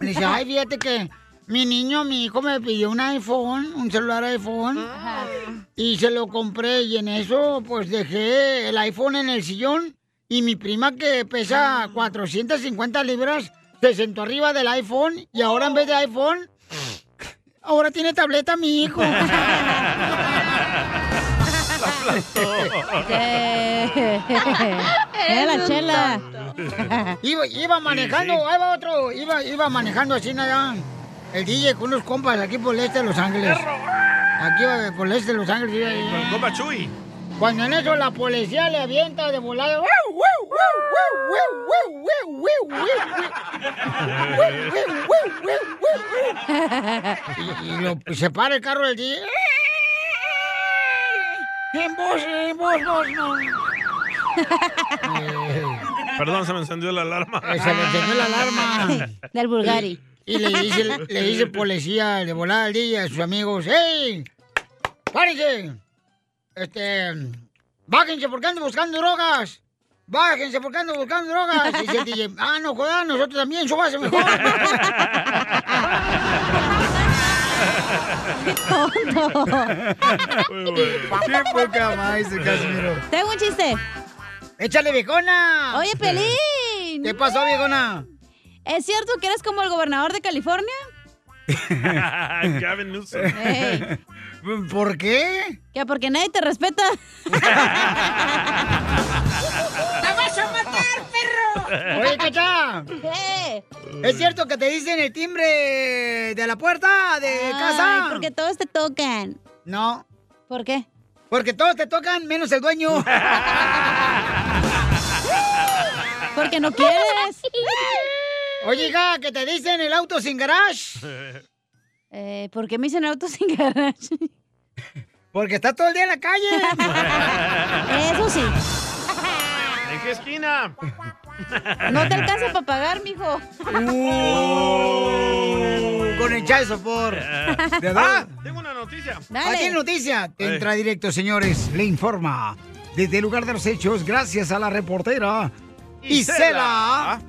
S3: Le dice, ay, fíjate que mi niño, mi hijo me pidió un iPhone, un celular iPhone. Y se lo compré y en eso, pues dejé el iPhone en el sillón. Y mi prima que pesa 450 libras se sentó arriba del iPhone y ahora en vez de iPhone, ahora tiene tableta mi hijo.
S6: <laughs> Era la chela.
S3: iba, iba manejando, ahí va otro, iba, iba manejando así nada. El DJ con unos compas aquí por el este de Los Ángeles. Aquí eh, por el este de Los Ángeles. iba- iba-
S4: Con Copa Chuy.
S3: Cuando en eso la policía le avienta de volada. ¡Wow, wow, wow, wow, wow, wow, wow, wow, wow, wow, wow, wow, wow! Y, y lo- y se para el carro del DJ. En vos, en vos, vos, no.
S4: Perdón, se me encendió la alarma.
S3: Se le encendió la
S4: <laughs>
S3: alarma.
S6: Del Bulgari.
S3: Y le dice, le dice el policía de volada al DJ a sus amigos, ¡Ey! ¡Párense! Este, bájense porque ando buscando drogas. Bájense porque ando buscando drogas. Y dice el DJ, ah, no jodas, nosotros también, súbase mejor.
S6: <laughs> Oh,
S3: <laughs>
S6: Tonto.
S3: Qué poca más, Casimiro.
S6: Tengo un chiste.
S3: Échale, viejona.
S6: Oye, Pelín.
S3: ¿Qué pasó, viejona?
S6: ¿Es cierto que eres como el gobernador de California?
S4: Gavin Newsom.
S3: Eh. <laughs> ¿Por qué?
S6: Que porque nadie te respeta.
S3: ¡Te vas a matar, perro! <laughs> Oye, Cacha.
S6: ¿Qué?
S3: ¿Es cierto que te dicen el timbre de la puerta de
S6: Ay,
S3: casa?
S6: porque todos te tocan.
S3: No.
S6: ¿Por qué?
S3: Porque todos te tocan, menos el <laughs> dueño.
S6: Porque no quieres.
S3: Oye, hija, que te dicen el auto sin garage.
S6: Eh, ¿Por qué me dicen auto sin garage?
S3: Porque está todo el día en la <laughs> calle.
S6: Eso sí.
S4: ¿En qué esquina?
S6: No te alcanza para pagar, mijo.
S3: Con el chai <laughs> sopor. ¿De verdad?
S4: Ah, Tengo una noticia.
S3: Aquí en noticia. Entra directo, señores. Le informa. Desde el lugar de los hechos, gracias a la reportera Isela.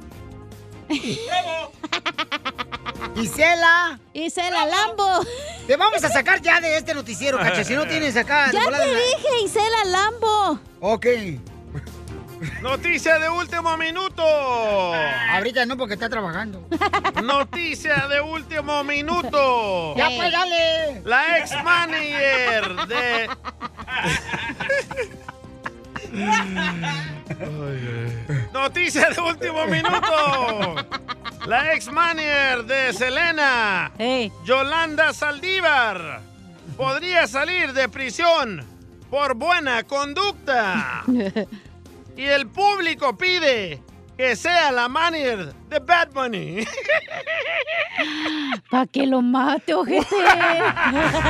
S3: Isela.
S6: Isela Lambo.
S3: Te vamos a sacar ya de este noticiero, cacha. Si no tienes acá. de
S6: Ya
S3: volada
S6: te
S3: la-
S6: dije, Isela Lambo.
S3: Ok.
S4: Noticia de último minuto.
S3: Ahorita no, porque está trabajando.
S4: Noticia de último minuto.
S3: Ya, pues, dale.
S4: La ex manager
S3: <laughs>
S4: de. Noticia de <laughs> último minuto. La ex manager de Selena, Yolanda Saldívar, podría salir de prisión por buena conducta. Y el público pide que sea la manager de Bad <laughs> Bunny.
S6: Pa' que lo mate,
S28: <laughs>
S6: ojete. Dang.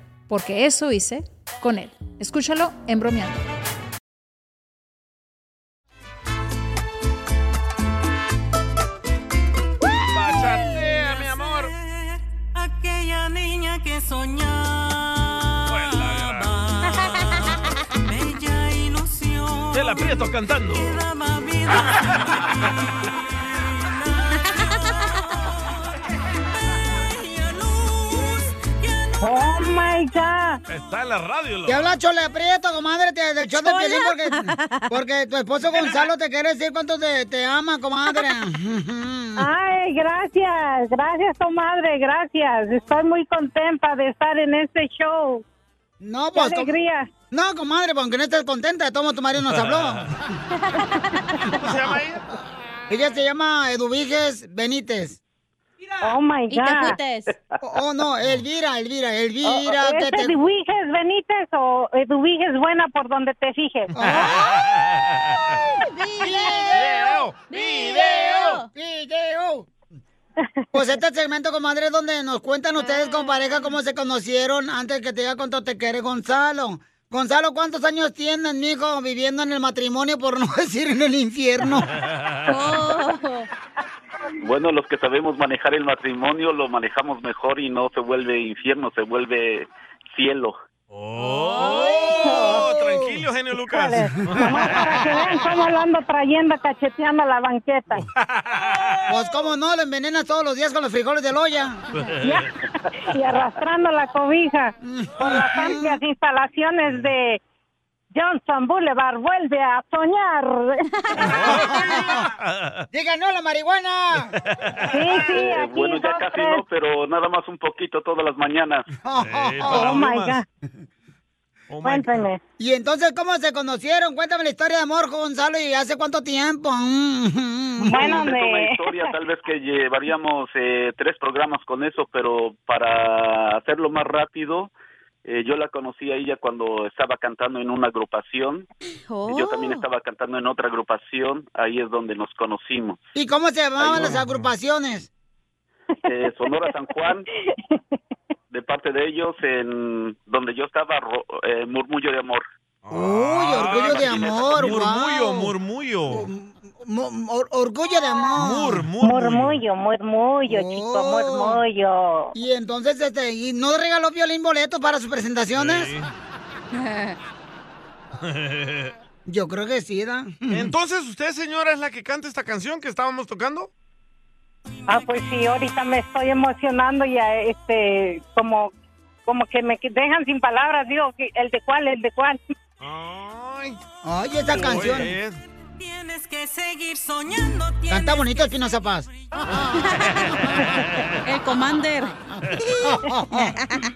S13: porque eso hice con él. Escúchalo en bromeando.
S4: Bachatea, mi amor.
S7: Aquella niña que soñaba.
S4: <laughs>
S7: Bella ilusión.
S4: Te la aprieto cantando.
S7: daba vida.
S3: Oh my God.
S4: Está en la radio.
S3: Te
S4: loco.
S3: habla Chole Prieto, comadre, te, del show de
S4: Chole.
S3: Piolín,
S27: <laughs>
S3: porque, porque tu esposo Gonzalo te quiere decir cuánto te, te ama,
S27: <laughs>
S3: comadre.
S27: Ay, gracias, gracias, comadre, gracias. Estoy muy contenta de estar en este show.
S3: No,
S27: Qué
S3: pues, com-
S27: alegría.
S3: No, comadre, pues, aunque no estés contenta, tomo tu marido nos
S27: <laughs>
S3: habló.
S4: ¿Cómo se llama ella?
S3: Ella se llama Eduviges Benítez.
S27: Oh my
S3: Y te
S27: God.
S3: fuites. Oh, oh, no, Elvira, Elvira, Elvira.
S27: Oh, oh,
S3: que
S27: ¿Es Eduviges Benítez o Eduviges Buena por donde te
S3: <laughs>
S27: fijes?
S3: Ah. ¡Video! ¡Video! ¡Video! Pues este segmento, comadre, es donde nos cuentan ustedes
S27: Ah.
S3: con pareja cómo se conocieron antes que te diga cuánto te quiere Gonzalo. Gonzalo, ¿cuántos años tienes, mijo, viviendo en el matrimonio por no <laughs> decir en el infierno?
S28: Bueno, los que sabemos manejar el matrimonio lo manejamos mejor y no se vuelve infierno, se vuelve cielo.
S4: Oh, tranquilo, genio Lucas. <laughs>
S2: <laughs>
S27: Para que vean cómo lo ando trayendo, cacheteando a la banqueta.
S3: <laughs> Pues cómo no, lo envenenas todos los días con los frijoles de olla.
S27: y arrastrando la cobija por
S3: <laughs>
S27: las amplias instalaciones de Johnson Boulevard. Vuelve a <laughs> soñar.
S3: <laughs> Diga no a la marihuana.
S28: Eh, bueno, ya casi no, pero nada más un poquito todas las mañanas.
S3: <laughs> Oh, my God. Oh Y entonces, ¿cómo se conocieron? Cuéntame la historia de amor, Gonzalo, y hace cuánto tiempo. <laughs>
S28: Bueno, una historia, tal vez que llevaríamos eh, tres programas con eso, pero para hacerlo más rápido, eh, yo la conocí a ella cuando estaba cantando en una agrupación. Yo también estaba cantando en otra agrupación. Ahí es donde nos conocimos.
S3: ¿Y cómo se llamaban las agrupaciones?
S28: Eh, Sonora San Juan, de parte de ellos, en donde yo estaba, ro- eh, Murmullo de Amor.
S3: Uy,
S4: Ah,
S3: orgullo de amor,
S4: Murmullo,
S3: wow.
S4: murmullo.
S3: Mo- or- orgullo de amor.
S27: Murmullo, murmullo, chico, murmullo.
S3: <laughs> Y entonces, este, ¿y no regaló violín boleto para sus presentaciones? <laughs> Yo creo que sí, ¿da?
S4: Entonces, ¿usted, señora, es la que canta esta canción que estábamos <laughs> tocando?
S27: Ah, pues sí, ahorita me estoy emocionando ya, este, como, como que me que- dejan sin palabras, digo, que- el de cuál, el de cuál.
S3: Ay, esa
S27: Oye.
S3: canción.
S14: Tienes que seguir soñando.
S3: Canta bonito Espinoza
S28: <laughs>
S3: Paz. <laughs> El Commander.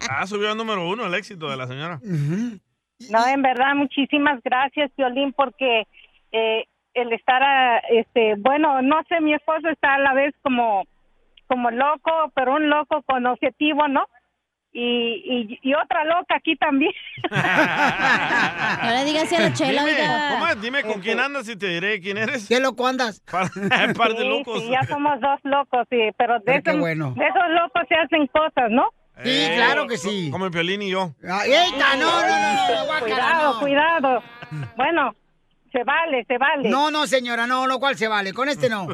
S4: Ah, subió al número uno el éxito de la señora.
S27: No, en verdad, muchísimas gracias, Violín, porque eh, el estar, a- este, bueno, no sé, mi esposo está a la vez como, como loco, pero un loco con objetivo, ¿no? Y, y, y otra loca aquí también.
S6: No le digas así a la chela,
S4: dime,
S6: oiga.
S4: comadre, dime con quién andas y te diré quién eres.
S3: Este, ¿Qué loco andas?
S4: <laughs> Par, eh, par de
S27: Sí,
S4: locos.
S27: sí, ya somos dos locos, sí, pero de,
S4: Pero qué
S27: esos,
S4: bueno.
S27: de esos locos se hacen cosas, ¿no?
S4: Eh,
S27: claro
S3: que sí.
S4: Como
S3: <laughs>
S4: el Piolín y yo.
S3: ¡Eita! No, no, no, no, guácala,
S27: Cuidado,
S3: no.
S27: cuidado. Bueno, se vale, se vale.
S3: No, no, señora, no, lo cual se vale. Con este
S27: <laughs>
S3: no.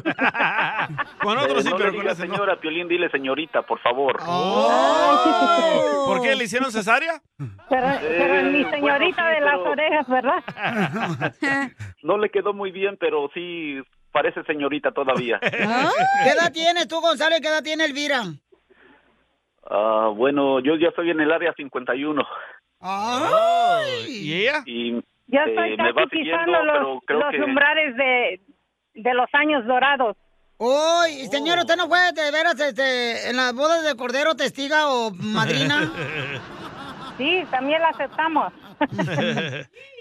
S4: Con
S28: otro sí, pero con la señora Piolín, dile señorita, por favor.
S27: ¿Ah?
S4: ¿Por qué le hicieron cesárea?
S27: Pero, pero ni
S28: Eh, bueno,
S27: señorita
S28: sí,
S27: de las
S28: pero-
S27: orejas, ¿verdad?
S28: No le quedó muy bien, pero sí parece señorita todavía.
S3: ¿Qué edad tienes tú, Gonzalo, y qué edad tiene Elvira?
S28: Ah, bueno, yo ya estoy en el área 51.
S3: Ah.
S4: ¿Y ella?
S27: Yo
S28: eh,
S27: estoy
S28: me va
S27: casi
S28: siguiendo,
S27: pisando
S28: pero
S27: los,
S28: creo
S27: los
S28: que...
S27: umbrales de, de los años dorados. Oh.
S3: Uy, señor, ¿usted no fue de veras este, en las bodas de Cordero, testiga o madrina?
S27: Sí, también la aceptamos.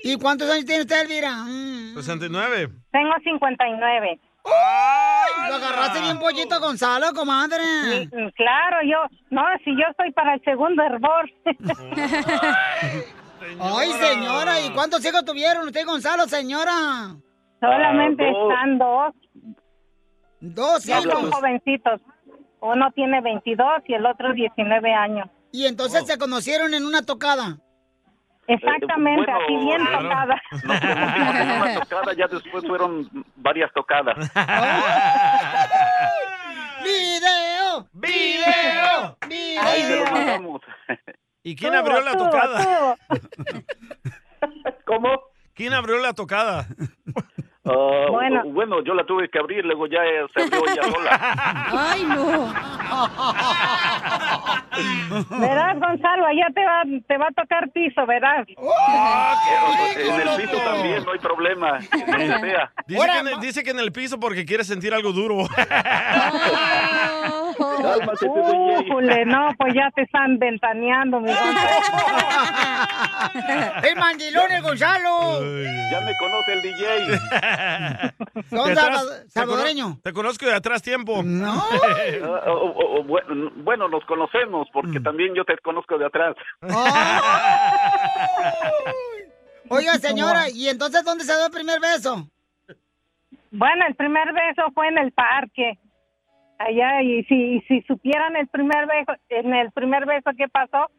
S3: ¿Y cuántos años tiene usted, Elvira? Mm,
S4: 69.
S27: Tengo 59.
S3: ¡Uy! Lo agarraste bien
S27: <laughs>
S3: pollito, Gonzalo, comadre.
S27: Claro, yo, no, si yo estoy para el segundo hervor.
S3: Ay, señora, ¿y cuántos hijos tuvieron usted, Gonzalo, señora?
S27: Solamente están dos.
S3: Dos
S27: Ya Oh, son
S3: hijos.
S27: jovencitos. Uno tiene 22 y el otro 19 años.
S3: Y entonces se conocieron en una tocada.
S27: Exactamente,
S28: Eh, bueno,
S27: así bien
S28: claro.
S27: tocada.
S28: Nos conocimos en una tocada, ya después fueron varias tocadas.
S3: <laughs> ¡Video!
S4: ¡Video!
S3: ¡Video!
S28: Ahí se lo mandamos.
S4: ¿Y quién
S28: Tú,
S4: abrió la
S28: tú,
S4: tocada?
S28: ¿Cómo?
S4: ¿Quién abrió la tocada?
S28: <laughs> Ah,
S4: Bueno.
S28: bueno. yo la tuve que abrir, luego ya eh, se abrió ella sola.
S6: Ay,
S27: <laughs>
S6: no.
S27: Verás, Gonzalo, allá te va, te va a tocar piso, verás.
S2: Ah,
S28: En el piso también, no
S3: <laughs>
S28: hay problema. donde sea.
S4: Dice que, en el, dice que en el piso porque quiere sentir algo duro.
S27: <laughs>
S28: Cálmate, DJ.
S27: Ujule, no, pues ya te están ventaneando, mi
S3: <laughs> ¡El mandilón, el Gonzalo!
S28: Ya me conoce el DJ.
S3: <laughs> <laughs> Son
S28: De atrás,
S3: salva-
S28: te
S3: salvadoreño.
S4: Te conozco <laughs> de atrás tiempo.
S28: <laughs>
S3: No.
S28: Ah, O- o- o- bueno, bueno, nos conocemos porque también yo te conozco de atrás.
S3: Oiga, señora, ¿y entonces dónde se dio el primer beso?
S27: Bueno, el primer beso fue en el parque. Allá, y si, y si supieran el primer beso, en el primer beso que pasó,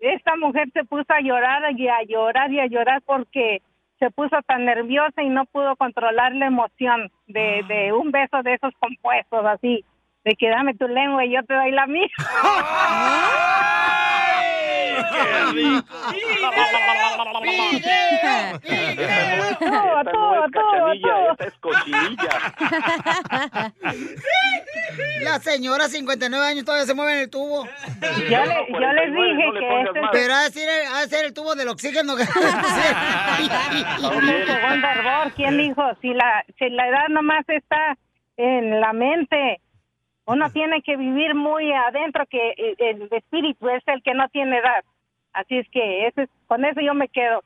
S27: esta mujer se puso a llorar y a llorar y a llorar porque se puso tan nerviosa y no pudo controlar la emoción de, de un beso de esos compuestos así, de que dame tu lengua y yo te doy la mía.
S3: <laughs>
S28: Esta no es cachanilla, esta es cochinilla.
S3: La señora, 59 años, todavía se mueve en el tubo.
S27: Yo le- yo les dije que este-
S3: Pero ha de ser el, ha de ser el tubo del <laughs> oxígeno. que-
S27: Es el segundo hervor, ¿quién dijo? Si la, si la edad nomás está en la mente, uno tiene que vivir muy adentro, que el, el espíritu es el que no tiene edad. Así es que ese, es- con eso yo me quedo.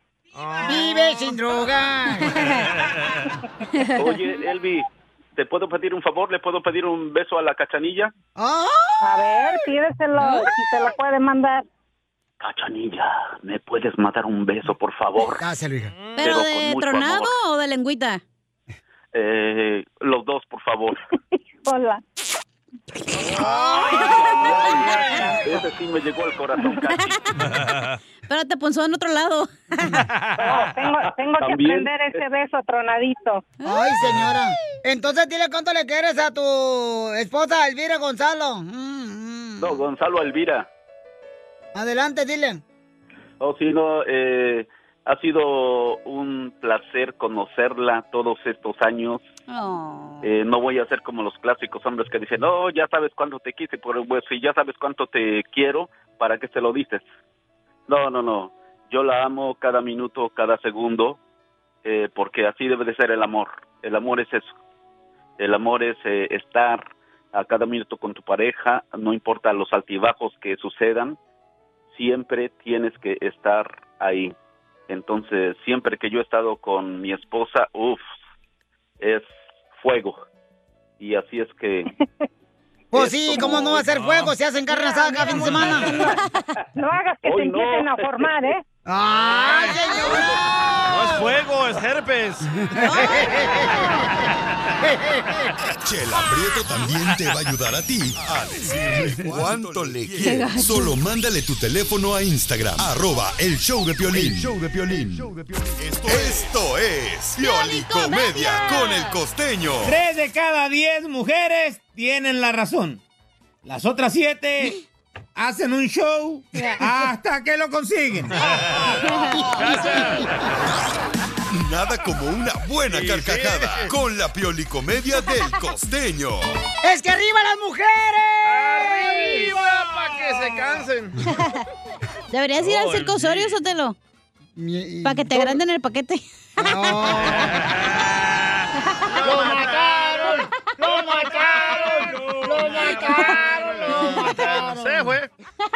S3: ¡Vive sin droga!
S28: <laughs> Oye, Elvi, ¿te puedo pedir un favor? ¿Le puedo pedir un beso a la cachanilla?
S27: A ver, pídeselo, si se lo puede mandar.
S28: Cachanilla, ¿me puedes matar un beso, por favor?
S3: Dáselo, hija.
S6: ¿Pero
S28: con
S6: de
S28: mucho
S6: tronado
S28: amor.
S6: o de lengüita?
S28: Eh, los dos, por favor.
S6: <laughs>
S27: Hola.
S28: Ese sí me llegó al corazón casi.
S6: Pero te punzó en otro lado.
S27: Tengo, tengo que
S28: También.
S27: aprender ese beso tronadito.
S3: Ay, señora. Entonces dile cuánto le quieres a tu esposa, Elvira Gonzalo. Mm,
S28: No, Gonzalo Alvira.
S3: Adelante, dile.
S28: Oh, sí, no, eh, ha sido un placer conocerla todos estos años. Eh, no voy a ser como los clásicos hombres que dicen, no, ya sabes cuánto te quise, pero pues, si ya sabes cuánto te quiero, ¿para qué se lo dices? No, no, no. Yo la amo cada minuto, cada segundo, eh, porque así debe de ser el amor. El amor es eso. El amor es eh, estar a cada minuto con tu pareja, no importa los altibajos que sucedan, siempre tienes que estar ahí. Entonces, siempre que yo he estado con mi esposa, uff, es fuego. Y así es que
S3: Pues sí, ¿cómo no va a ser fuego si hacen carne asada cada fin de semana?
S27: No hagas
S28: que Hoy te no. empiecen a
S27: formar, ¿eh?
S3: ¡Ay,
S4: No es fuego,
S3: <laughs>
S4: es herpes. <laughs>
S8: Chela Prieto también te va a ayudar a ti a decirle cuánto le
S7: Qué
S8: quieres.
S7: gacho.
S8: Solo mándale tu teléfono a Instagram, arroba el show de Piolín.
S7: El
S8: show de Esto, esto es Pioli Comedia con el costeño.
S16: Tres de cada diez mujeres tienen la razón. Las otras siete hacen un show hasta que lo
S3: <laughs>
S4: <laughs>
S16: consiguen.
S8: Nada como una buena carcajada con la Pioli Comedia del costeño.
S3: ¡Es que arriba las mujeres!
S4: ¡Arriba! Para que se cansen.
S6: Deberías ir
S3: Oh,
S6: al circo Osorio, Sotelo. Para que te agranden el paquete.
S7: ¡Lo mataron! ¡Lo mataron! ¡Lo mataron! ¡Lo mataron!
S3: Se fue.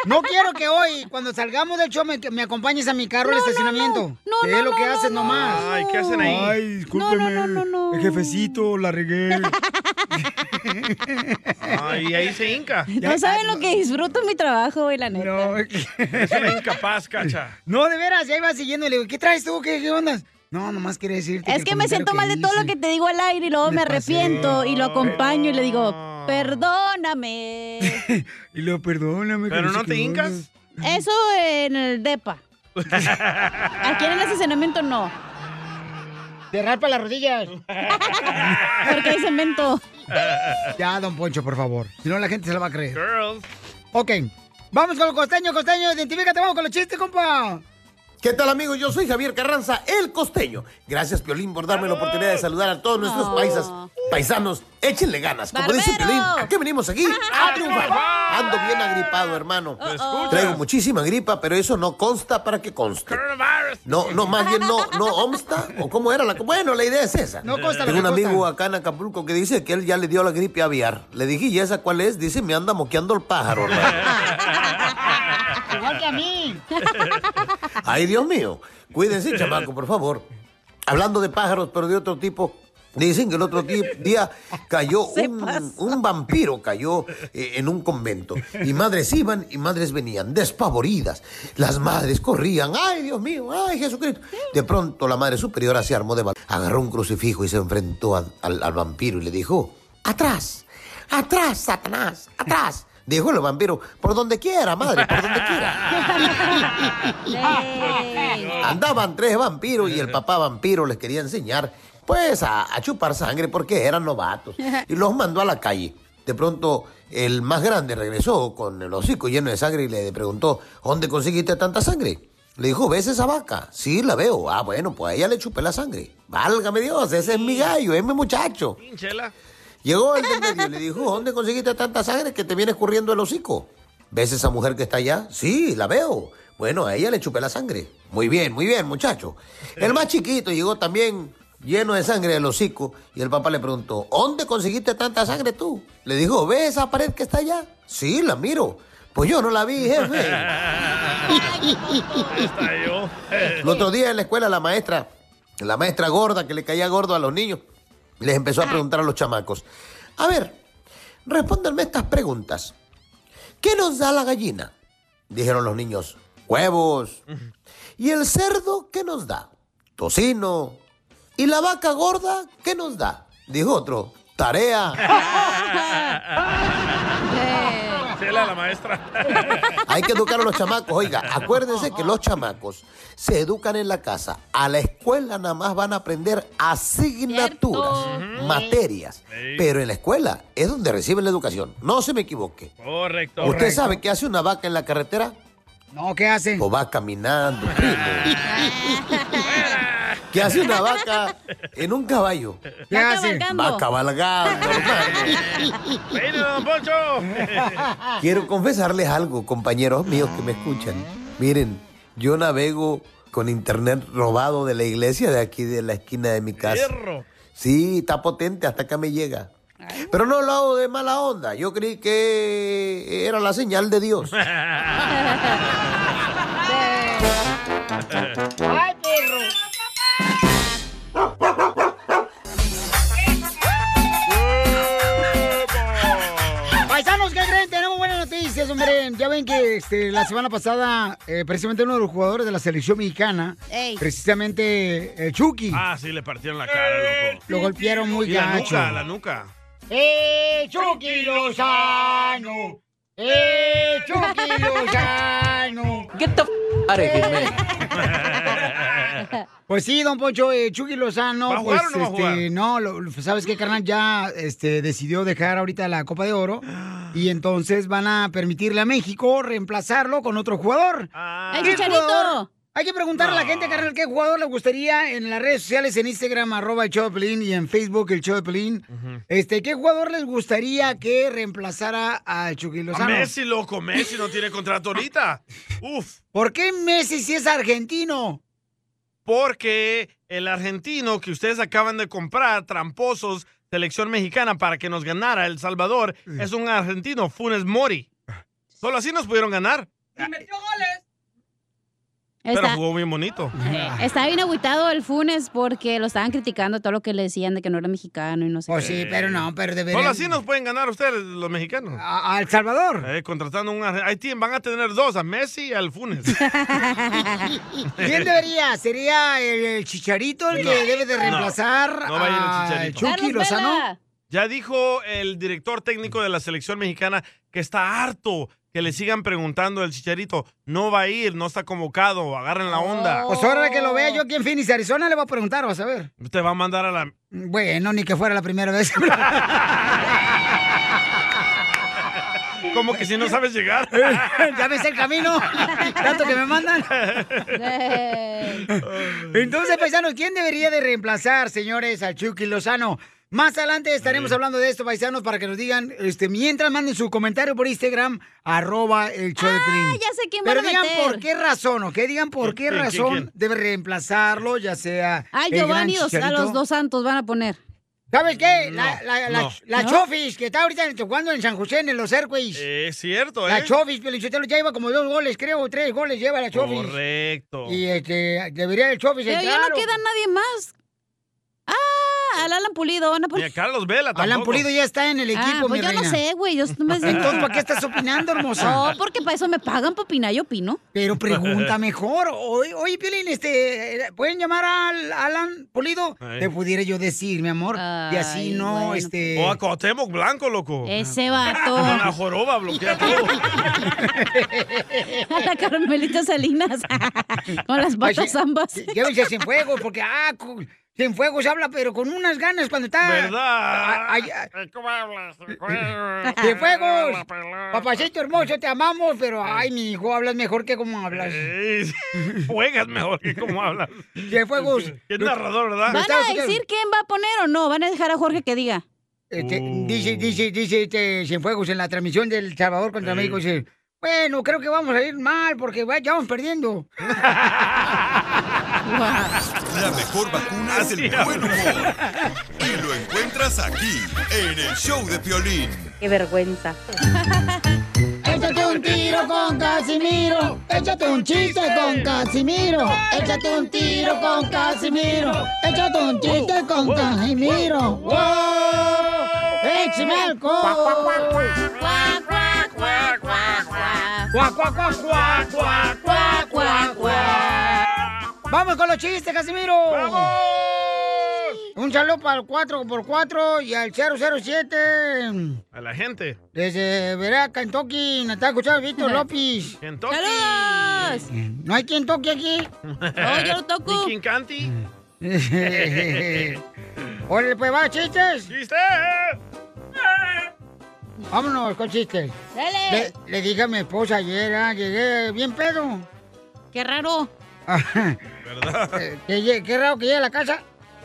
S3: No quiero que hoy, cuando salgamos del show, me, que me acompañes a mi carro al estacionamiento.
S4: no,
S3: ¿Qué
S4: no,
S3: es lo que
S4: no,
S3: hacen
S4: no,
S3: nomás?
S4: Ay, ¿qué hacen ahí? Ay,
S3: discúlpeme. Jefecito, la regué.
S4: Ay, ahí se
S3: <laughs>
S4: hinca.
S6: No saben lo que disfruto en mi trabajo, güey, la neta.
S4: Es una incapaz, cacha.
S3: No, de veras, ya iba siguiendo. Le digo, ¿qué traes tú? ¿Qué, qué onda? No, nomás quería decirte.
S6: Es que me siento mal de todo lo que te digo al aire y luego me, arrepiento y lo acompaño y le digo, perdóname.
S3: Y lo perdóname.
S4: Pero no te hincas.
S6: Eso en el DEPA. Aquí en el estacionamiento no.
S3: Te raspa las rodillas.
S6: <laughs> Porque hay cemento.
S3: Ya, don Poncho, por favor. Si no, la gente se lo va a creer.
S4: Girls.
S3: Ok. Vamos con el costeño, costeño. Identifícate, vamos con los chistes, compa.
S17: ¿Qué tal amigos? Yo soy Javier Carranza, el costeño. Gracias Piolín por darme la oportunidad de saludar a todos nuestros
S18: Oh.
S17: paisas, paisanos. Échenle ganas. Como dice Piolín, ¿a qué venimos aquí? A triunfar. Ando bien agripado, hermano.
S18: escuchas?
S17: Traigo muchísima gripa, pero eso no consta para que conste. No, no, más bien no, no omsta. ¿O cómo era la co- Bueno, la idea es esa.
S3: No consta lo
S17: Tengo un
S3: que consta.
S17: amigo acá en Acapulco que dice que él ya le dio la gripe aviar. Le dije, ¿y esa cuál es? Dice, me anda moqueando el pájaro, hermano.
S2: Igual que a mí.
S17: Ay, Dios mío. Cuídense, chamaco, por favor. Hablando de pájaros, pero de otro tipo. Dicen que el otro di- día cayó un, un vampiro, cayó eh, en un convento. Y madres iban y madres venían, despavoridas. Las madres corrían, ay Dios mío, ay Jesucristo. De pronto la madre superiora se armó de valor, agarró un crucifijo y se enfrentó a- al, al vampiro y le dijo, atrás, atrás, Satanás, atrás. Dijo el vampiro, por donde quiera, madre, por donde quiera. Andaban tres vampiros y el papá vampiro les quería enseñar, pues, a, a chupar sangre porque eran novatos. Y los mandó a la calle. De pronto, el más grande regresó con el hocico lleno de sangre y le preguntó, ¿dónde conseguiste tanta sangre? Le dijo, ¿ves esa vaca? Sí, la veo. Ah, bueno, pues a ella le chupé la sangre. Válgame Dios, ese es mi gallo, es mi muchacho.
S3: <laughs>
S4: Chela.
S17: Llegó el del medio y le dijo, ¿dónde conseguiste tanta sangre que te viene escurriendo el hocico? ¿Ves esa mujer que está allá? Sí, la veo. Bueno, a ella le chupé la sangre. Muy bien, muy bien, muchacho. El más chiquito llegó también lleno de sangre del hocico y el papá le preguntó, ¿dónde conseguiste tanta sangre tú? Le dijo, ¿ves esa pared que está allá? Sí, la miro. Pues yo no la vi, jefe. El otro día en la escuela la maestra, la maestra gorda que le caía gordo a los niños, les empezó a preguntar a los chamacos, a ver, respóndanme estas preguntas. ¿Qué nos da la gallina? Dijeron los niños, huevos. ¿Y el cerdo qué nos da? Tocino. ¿Y la vaca gorda qué nos da? Dijo otro,
S3: Ah,
S17: tarea.
S4: Chela, la maestra.
S17: Hay que educar a los chamacos. Oiga, acuérdense que los chamacos se educan en la casa. A la escuela nada más van a aprender asignaturas, materias. Pero en la escuela es donde reciben la educación. No se me equivoque.
S4: Correcto.
S17: ¿Usted sabe qué hace una vaca en la carretera?
S3: No, ¿qué hace?
S17: O va caminando. primo.
S4: Ah.
S17: ¿Qué hace una vaca en un caballo?
S18: ¿Qué Va hace? cabalgando.
S17: Va cabalgando.
S18: ¡Ven, don Poncho!
S17: Quiero confesarles algo, compañeros míos que me escuchan. Miren, yo navego con internet robado de la iglesia de aquí, de la esquina de mi casa. Sí, está potente, hasta acá me llega. Pero no lo hago de mala onda. Yo creí que era la señal de Dios.
S2: Ay, perro.
S3: Paisanos, ¿qué creen? Tenemos buenas noticias, hombre. Ya ven que este, la semana pasada, eh, precisamente uno de los jugadores de la selección mexicana,
S4: Ey.
S3: precisamente el Chucky,
S4: <laughs> Ah, sí, le partieron la cara, loco.
S3: Eh, lo golpearon muy
S4: Y la
S3: gacho.
S4: nuca, la nuca.
S3: <laughs> ¡Eh, Chucky Lozano! ¡Eh, Chucky Lozano! ¿Qué the Pues sí, don Poncho, eh, Chucky Lozano,
S4: ¿Va a
S3: pues
S4: jugar o no va a
S3: este, no, lo- lo- sabes qué, carnal, ya este, decidió dejar ahorita la Copa de
S4: <gasps>
S3: Oro y entonces van a permitirle a México reemplazarlo con otro jugador.
S6: ¡Ay,
S4: Ah.
S3: ¿Qué
S6: Chicharito!
S3: jugador? Hay que preguntar a la gente, carnal, qué jugador le gustaría en las redes sociales, en Instagram, arroba el show de Pelín, y en Facebook, el show de Pelín. Este, ¿qué jugador les gustaría que reemplazara a Chucky
S4: A
S3: Lozano?
S4: Messi, loco. Messi no tiene
S3: <laughs>
S4: contrato ahorita. Uf.
S3: ¿Por qué Messi si es argentino?
S4: Porque el argentino que ustedes acaban de comprar, tramposos, selección mexicana, para que nos ganara El Salvador, es un argentino, Funes Mori. Solo así nos pudieron ganar. Pero
S6: Está,
S4: jugó bien bonito.
S3: Ah.
S6: está bien agüitado el Funes porque lo estaban criticando todo lo que le decían de que no era mexicano y no sé
S4: Oh,
S6: qué.
S4: sí, pero no,
S3: Pues pero
S4: Solo así nos pueden ganar ustedes, los mexicanos. Eh,
S3: ¿A, El Salvador?
S4: contratando un argentino. Ahí tienen- van a tener dos, a Messi y al Funes.
S3: <laughs> ¿Quién debería? ¿Sería el, el Chicharito el que
S4: No.
S3: debe de
S4: No.
S3: reemplazar
S4: No va a ir el
S3: a
S4: Chicharito.
S3: Chucky
S4: Carlos
S3: Lozano?
S4: Vela. Ya dijo el director técnico de la selección mexicana que está harto que le sigan preguntando al Chicharito. No va a ir, no está convocado, agarren la onda. Oh.
S3: Pues ahora que lo vea yo aquí en Phoenix, Arizona, le voy a preguntar, vas a ver.
S4: Te va a mandar a la... <laughs>
S3: Bueno, ni que fuera la primera vez.
S4: Como que si no sabes llegar.
S3: ¿Ya ves el camino? Tanto que me mandan. Entonces, paisanos, ¿quién debería de reemplazar, señores, al Chucky Lozano? Más adelante estaremos hablando de esto, paisanos, para que nos digan, este, mientras manden su comentario por Instagram, arroba el show de Piolín.
S6: Ah, ya sé quién van
S3: Pero
S6: a
S3: digan
S6: meter.
S3: por qué razón, ¿ok? Digan por qué
S6: ¿Quién, quién,
S3: razón
S6: quién?
S3: debe reemplazarlo, ya sea.
S6: Ay,
S3: el gran
S6: Giovanni, dos- a
S3: Chicharito.
S6: los dos santos van a poner.
S3: ¿Sabes qué? La, la, la,
S4: no.
S3: la
S6: ¿No?
S3: Chofis, que está ahorita jugando en San José, en los Airways.
S4: Es cierto, ¿eh?
S3: La Chovis, Pelichotelo ya lleva como dos goles, creo, tres goles lleva la Chovis.
S4: Correcto.
S3: Y este, debería el Chovis
S6: Pero
S3: entrar.
S6: ya no
S3: o-
S6: queda nadie más. Ah, al Alan Pulido. Van a
S4: Ni a
S6: poner.
S4: Carlos Vela tampoco.
S3: Alan Pulido ya está en el equipo,
S6: Ah, pues
S3: mi
S6: yo no
S3: reina.
S6: sé, güey. Yo no me
S3: Entonces, ¿para qué estás opinando, hermosa?
S6: No, porque para eso me pagan para opinar, yo opino.
S3: Pero pregunta mejor. Oye, oye Piolín, este, eh, ¿pueden llamar al Alan Pulido?
S4: Ay.
S3: Te pudiera yo decir, mi amor. <laughs> y así
S4: Ay,
S3: no,
S4: bueno.
S3: este...
S4: O a Cuauhtémoc Blanco, loco.
S6: Ese vato.
S4: Con la joroba <laughs> bloquea todo.
S6: A <laughs> la Carmelita Salinas. <laughs> Con las patas ambas.
S3: Llévense sin fuego, porque, ah, cu- sin fuego se habla, pero con unas ganas cuando está...
S4: ¿Verdad?
S3: Ay, ay,
S4: ¿Cómo hablas?
S3: ¡De fuegos! Papacito hermoso, te amamos, pero ay, mi hijo, hablas mejor que como hablas.
S4: Juegas mejor que como hablas.
S3: ¡De fuegos!
S4: Qué narrador, ¿verdad?
S6: ¿Van a decir quién va a poner o no? ¿Van a dejar a Jorge que diga?
S3: Este, Dice, dice, dice este Cienfuegos en la transmisión del Salvador contra México, dice, bueno, creo que vamos a ir mal porque va- ya vamos perdiendo.
S8: La mejor vacuna es el buen humor. Y lo encuentras aquí, en el show de Piolín.
S2: Qué vergüenza.
S3: Pues,
S2: Échate un tiro con Casimiro. Échate un chiste con Casimiro. Échate un tiro con Casimiro. Échate un chiste con Casimiro. ¡Wow! ¡Échame alcohol!
S3: Vamos con los chistes, Casimiro. Un saludo para el 4x4 y al 007.
S4: A la gente.
S3: Desde Verá, Kentucky, nos está escuchando Víctor López.
S4: Kentucky.
S3: ¡Saludos! ¿No hay quien toque aquí?
S4: No, yo no toco. ¿Quién canti?
S3: <laughs> Órale, pues va, chistes.
S4: ¡Chiste!
S3: Vámonos con chistes.
S6: Dale.
S3: Le, le dije a mi esposa ayer, ah, llegué bien pedo.
S6: Qué raro.
S3: ¿Verdad? qué raro <laughs> que llegue a la casa.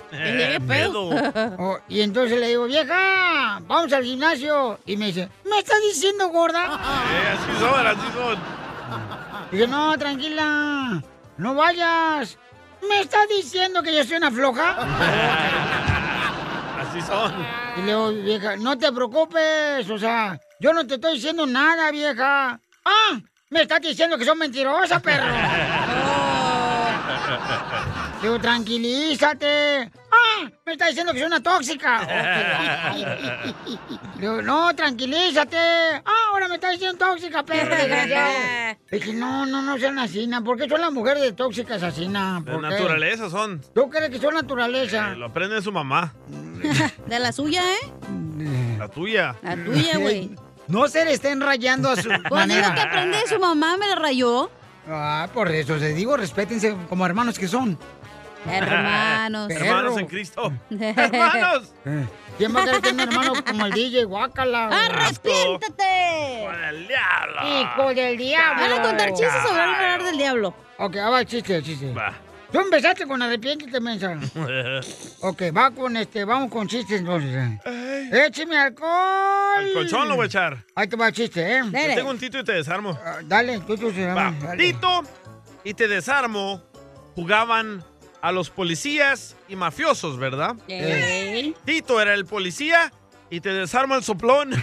S6: Que
S4: <laughs>
S6: llegue pedo.
S3: <laughs> Oh, y entonces le digo, vieja, vamos al gimnasio. Y me dice, ¿me estás diciendo
S4: <laughs>
S3: gorda?
S4: Eh, así son, así son.
S3: Y yo, no, tranquila, no vayas. ¿Me estás diciendo que yo soy una floja?
S4: <laughs> Así son.
S3: Y le digo, vieja, no te preocupes, o sea, yo no te estoy diciendo nada, vieja. ¡Ah! Me estás diciendo que son mentirosas, perro. Digo, tranquilízate. ¡Ah! Me está diciendo que soy una
S4: <laughs>
S3: tóxica. Digo, no, tranquilízate. Ah, ahora me está diciendo tóxica, perro.
S6: <laughs>
S3: desgraciado. Dije, no, no, no sean asesinas. ¿Por qué son las mujeres de tóxicas asesinas?
S4: De naturaleza son.
S3: ¿Tú crees que son naturaleza?
S4: Lo aprende su mamá.
S6: <laughs> De la suya, ¿eh?
S4: La tuya.
S6: La tuya, güey.
S3: <laughs> No se le estén rayando a
S6: <laughs>
S3: su
S6: Pues es
S3: manera.
S6: lo que aprendí de su mamá, me la rayó.
S3: Ah, por eso les digo, respétense como hermanos que son.
S6: Eh, Hermanos.
S3: Perro. Eh,
S4: Hermanos en Cristo.
S6: ¡Hermanos!
S3: ¿Quién va a querer tener hermanos como el DJ? Guácala.
S6: Ah, ¡Arrepiéntate!
S3: ¡Hijo del diablo!
S6: Van a contar chistes sobre el hablar del diablo.
S3: Ok, ah, va, chiste, chiste. Tú empezaste con arrepiéntete,
S4: <laughs>
S3: mensa. Ok, va con este, vamos con chistes entonces. eh. ¡Écheme alcohol!
S4: Al colchón lo voy a echar.
S3: Ahí te va el chiste, ¿eh?
S4: Yo tengo
S6: <laughs>
S4: un tito y te desarmo.
S3: Ah, Dale, tú, tú, tú,
S4: Va,
S3: dale.
S4: Tito y te desarmo jugaban a los policías y mafiosos, ¿verdad?
S6: Ey.
S4: Tito era el policía y te desarmo el soplón. <laughs>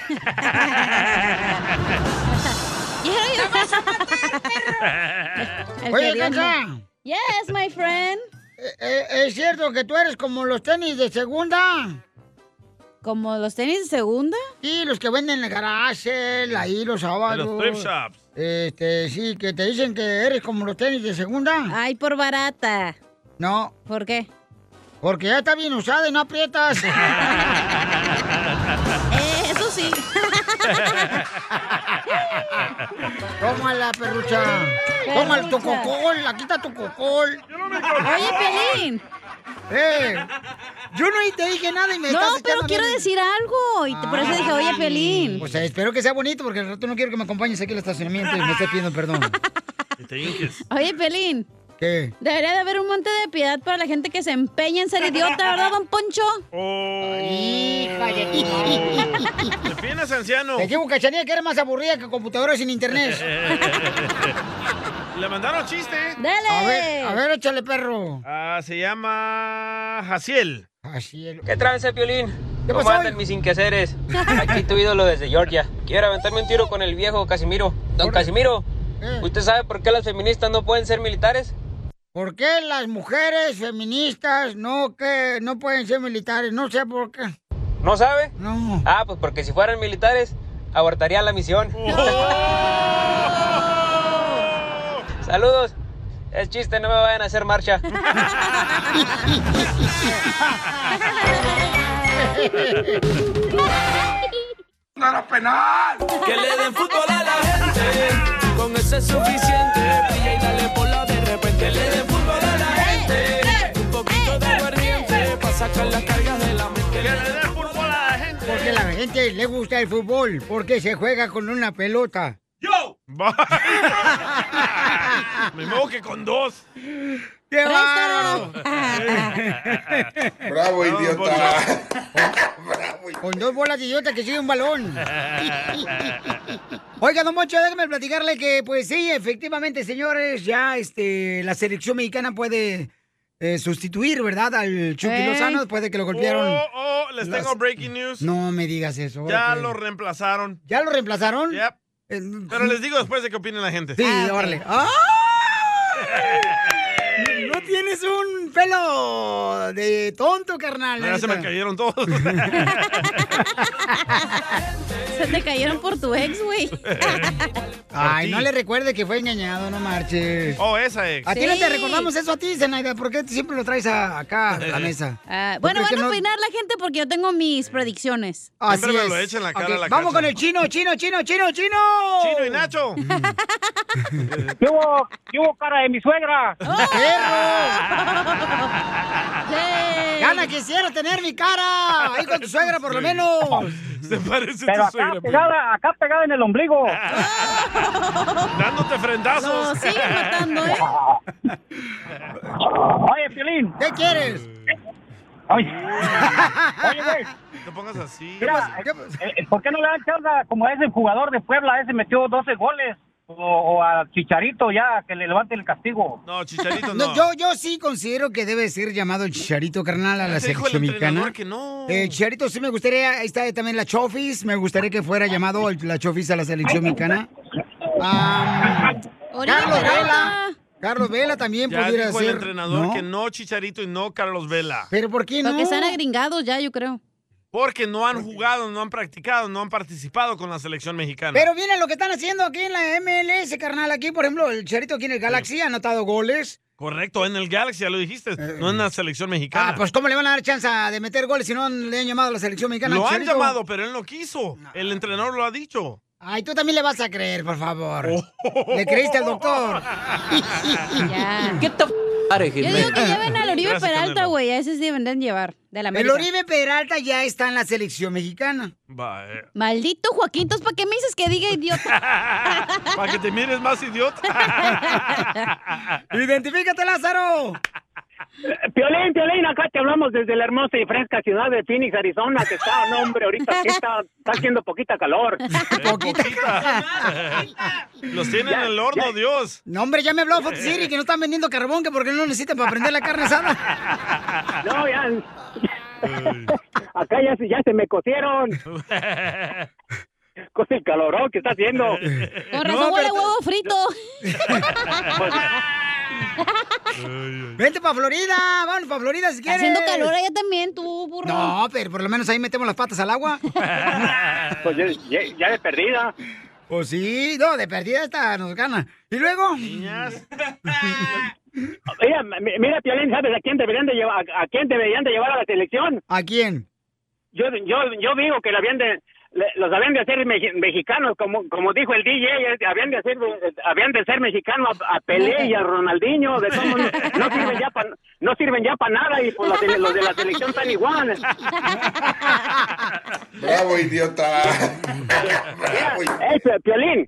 S6: El
S3: Oye,
S6: que Dios no-
S3: Cacha. Eh,
S6: Yes, my friend.
S3: ¿Es cierto que tú eres como los tenis de segunda?
S6: ¿Como los tenis de segunda?
S3: Sí, los que venden en el garaje, ahí los
S4: En
S3: sábados.
S4: los thrift shops.
S3: Este, sí, que te dicen que eres como los tenis de segunda.
S6: Ay, por barata.
S3: No.
S6: ¿Por qué?
S3: Porque ya está bien usada y no aprietas.
S6: <laughs> eso sí.
S3: Tómala, perrucha. Toma tu cocol, aquí está tu cocol.
S6: Oye, Pelín.
S3: ¡Eh! Yo no te dije nada y me
S6: No,
S3: estás
S6: pero
S3: echando Ah. a mí-
S6: quiero decir algo. Y te- por eso dije, oye, Pelín.
S3: Pues eh, espero que sea bonito porque al rato no quiero que me acompañes aquí al estacionamiento y me estés pidiendo perdón.
S6: Oye, Pelín.
S3: ¿Qué?
S6: Debería de haber un monte de piedad para la gente que se empeña en ser idiota, ¿verdad, don Poncho?
S3: Hija de
S4: Vienes anciano.
S3: Te digo, cachanilla, que eres más aburrida que computadora sin internet.
S4: <laughs> Le mandaron chiste.
S6: Dale.
S3: A ver, a ver, échale, perro.
S4: Ah, se llama Jaciel.
S3: Jaciel.
S19: ¿Qué trance, Piolín?
S4: ¿Qué
S19: ¿Cómo
S4: pasó,
S19: andan mis inquehaceres? Aquí tu ídolo desde Georgia. Quiero aventarme un tiro con el viejo Casimiro. Don Casimiro,
S4: Eh.
S19: ¿usted sabe por qué las feministas no pueden ser militares?
S3: ¿Por qué las mujeres feministas no que no pueden ser militares? No sé por qué.
S19: ¿No sabe?
S3: No.
S19: Ah, pues porque si fueran militares, abortarían la misión.
S4: Oh.
S19: <laughs> Saludos. Es chiste, no me vayan a hacer
S4: <laughs>
S19: marcha.
S7: ¡No era penal! Que le den fútbol a la gente. Con eso es suficiente. Brilla y dale por la de repente. Que le den fútbol a la gente. Un poquito de aguardiente. Para sacar las cargas de la mente. Que le den fútbol a la gente.
S3: Porque a la gente le gusta el fútbol, porque se juega con una pelota.
S4: ¡Yo! Me muevo que con dos.
S3: ¡Qué bárbaro!
S20: Ah.
S3: Ah.
S4: Bravo, idiota.
S3: Con dos bolas de idiota que sigue un
S4: <laughs>
S3: balón. Oiga, don Mocho, déjame platicarle que, pues sí, efectivamente, señores, ya este, la selección mexicana puede eh, sustituir, ¿verdad?, al Chucky
S4: Ey.
S3: Lozano después pues, de que lo golpearon.
S4: Eh. Oh, oh, les
S3: las-
S4: tengo breaking news.
S3: No me digas eso.
S4: Ya
S3: ok.
S4: lo reemplazaron.
S3: ¿Ya lo reemplazaron? Eh,
S4: Pero les digo después de que opine la gente.
S3: Sí, órale. ¡Ah! No tienes un pelo de tonto, carnal.
S4: Ya se me
S3: neta.
S4: cayeron todos.
S6: Se te cayeron por tu ex, güey.
S3: <laughs> Ay, no le recuerde que fue engañado, no marches.
S4: Oh, esa es.
S3: A ti no
S6: Sí.
S3: te recordamos eso a ti, Zenaida. ¿Por qué siempre lo traes a- acá a
S4: Eh.
S3: la mesa?
S6: Ah,
S3: ¿Por
S6: bueno,
S3: qué
S6: van a
S3: no-
S6: opinar la gente porque yo tengo mis predicciones.
S3: Así es. Ok, Vamos con el chino, chino, chino, chino, chino. Chino
S4: y Nacho.
S20: ¿Qué hubo, qué hubo, cara de mi suegra?
S3: Gana, quisiera tener mi cara. Ahí con tu suegra, por lo menos.
S4: Se parece
S20: Pero
S4: a
S20: acá
S4: tu suegra.
S20: pegada, acá pegada en
S3: <laughs>
S20: el ombligo.
S4: Dándote frentazos.
S20: Lo siguen matando, ¿eh? Oye, Piolín.
S3: ¿Qué quieres? <laughs>
S20: Oye, oye, güey.
S4: <laughs> No pongas así.
S20: Mira, eh, ¿por qué no le dan chance a- como ese jugador de Puebla? Ese metió 12 goles. O, o a Chicharito ya, que le levante el castigo.
S4: No, Chicharito
S3: <laughs> No, yo, yo sí considero que debe ser llamado el chicharito carnal a la
S20: Te dijo el
S3: selección mexicana.
S20: entrenador
S4: que no.
S3: Eh, chicharito sí me gustaría, ahí está también la Chofis, me gustaría que fuera llamado el- la Chofis a la selección mexicana. Ah,
S4: Oribe
S3: Carlos
S4: Peralta.
S3: Vela, Carlos Vela también
S4: Ya
S3: pudiera
S4: dijo
S3: ser.
S4: el entrenador
S3: ¿no?
S4: que no Chicharito y no Carlos Vela.
S3: Pero ¿por qué no?
S6: Porque están agringados ya, yo creo.
S4: Porque no han jugado, no han practicado, no han participado con la selección mexicana.
S3: Pero miren lo que están haciendo aquí en la MLS, carnal. Aquí, por ejemplo, el Chicharito aquí en el Galaxy ha anotado goles.
S4: Correcto, en el Galaxy, ya lo dijiste, no en la selección mexicana.
S3: Eh, Ah, pues ¿cómo le van a dar chance de meter goles si no le han llamado a la selección mexicana? al
S4: Lo han
S3: Chicharito?
S4: llamado, pero él no quiso. El entrenador lo ha dicho.
S3: Ay, tú también le vas a creer, por favor.
S4: Oh.
S3: Le creíste
S7: <laughs>
S3: al doctor.
S19: ¿Qué te
S4: <laughs>
S6: Yo <laughs> digo que Ah, lleven al Oribe Peralta, güey. A ese sí deberían llevar. De la
S3: El
S6: América.
S3: Oribe Peralta ya está en la selección mexicana.
S4: Vaya.
S6: Maldito Joaquitos, ¿para qué me dices que diga idiota?
S4: Para que te mires más idiota.
S3: <laughs> ¡Identifícate, Lázaro!
S20: Piolín, Piolín, acá te hablamos desde la hermosa y fresca ciudad de Phoenix, Arizona, que está, no hombre, ahorita que está, está haciendo poquita calor.
S4: Los tienen en el horno, Dios.
S3: No, hombre, ya me habló Fox City que no están vendiendo carbón, que porque no lo necesitan para prender la carne asada.
S20: No, ya. Acá ya, se- ya se me cosieron con el calorón que está haciendo.
S6: Con razón huele a huevo frito.
S3: <laughs> Vente para Florida, vamos para Florida si quieres.
S6: Haciendo calor allá también, tú, burro.
S3: No, pero por lo menos ahí metemos las patas al agua.
S20: <laughs> Pues ya, ya- ya de perdida.
S3: Pues sí, no, de perdida esta nos gana. ¿Y luego?
S20: <laughs> Mira, mi- mira, Piolín, ¿sabes a quién deberían de llevar a, a quién deberían de llevar a la selección?
S3: ¿A quién?
S20: Yo yo yo digo que la habían de le- los habían de hacer meji- mexicanos, como, como dijo el DJ, eh, habían de, hacer, eh, habían de ser mexicanos a, a Pelé y a Ronaldinho, de todos modos, no sirven ya para no sirven ya para nada y pues, la tele- los de la selección están igual.
S23: Bravo, idiota.
S20: Eh, Pi- Piolín.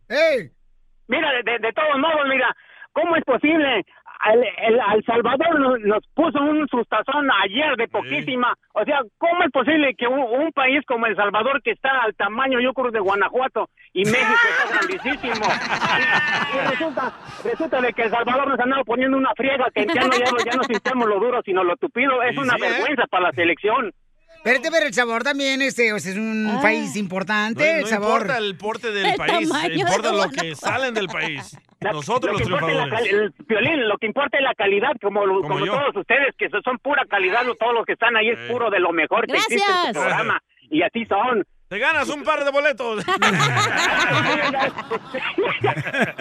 S20: Mira, de, de- de todos modos, mira, ¿cómo es posible? Al, el, al Salvador nos, nos puso un sustazón ayer de poquísima. O sea, ¿cómo es posible que un, un país como El Salvador, que está al tamaño, yo creo, de Guanajuato, y México está grandísimo? Y,
S4: <laughs>
S20: y resulta, resulta de que El Salvador nos andaba poniendo una friega, que ya no, ya no, ya no sintamos lo duro, sino lo tupido. Es una vergüenza para la selección.
S3: Espérate, pero el sabor también, este, o sea, es un
S20: Ah.
S3: país importante,
S4: No,
S3: el
S4: no
S3: sabor.
S4: importa el porte del país, importa lo que salen del país.
S20: La-
S4: Nosotros
S20: lo
S4: los
S20: que importa es la
S4: triunfadores.
S20: cal- el violín, lo que importa es la calidad, como, lo- como,
S4: yo.
S20: todos ustedes, que so- son pura calidad, lo- todos los que están ahí es puro de lo mejor que existe en
S4: Gracias.
S20: tu programa. Y así son.
S4: Te ganas un par de boletos.
S20: <laughs>
S4: <laughs>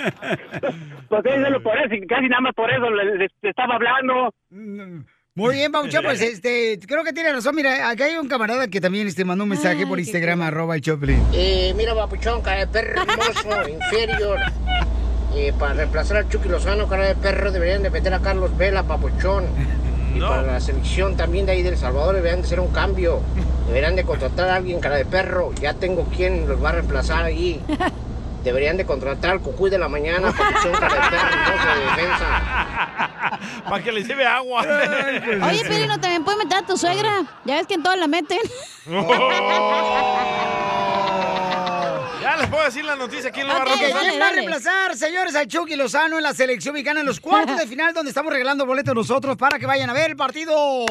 S20: Pues es de lo- por eso, y casi nada más por eso les, les estaba hablando.
S3: Muy bien, Pabuchón,
S4: <laughs>
S3: pues este, creo que tiene razón. Mira, acá hay un camarada que también este, mandó un mensaje por Instagram, arroba el Choplin.
S24: Eh, mira, papuchón, cara de perro hermoso, inferior. Eh, para reemplazar al Chucky Lozano, cara de perro, deberían de meter a Carlos Vela, papuchón. Y para la selección también de ahí del Salvador deberían de hacer un cambio. Deberían de contratar a alguien, cara de perro. Ya tengo quien los va a
S3: <laughs>
S24: reemplazar ahí. Deberían de contratar al Cucuy de la mañana, papuchón, cara de perro, hermoso, de defensa.
S4: <laughs> Para que les lleve agua. <laughs>
S6: Oye, Pirino, también puedes meter a tu suegra. Ya ves que en todas la meten. <laughs>
S4: Oh. Ya les puedo decir la noticia. ¿Quién lo va a
S3: Ok,
S4: reemplazar?
S3: ¿Quién va a reemplazar, señores, al Chucky Lozano en la selección mexicana en los cuartos de final donde estamos regalando boletos nosotros para que vayan a ver el partido?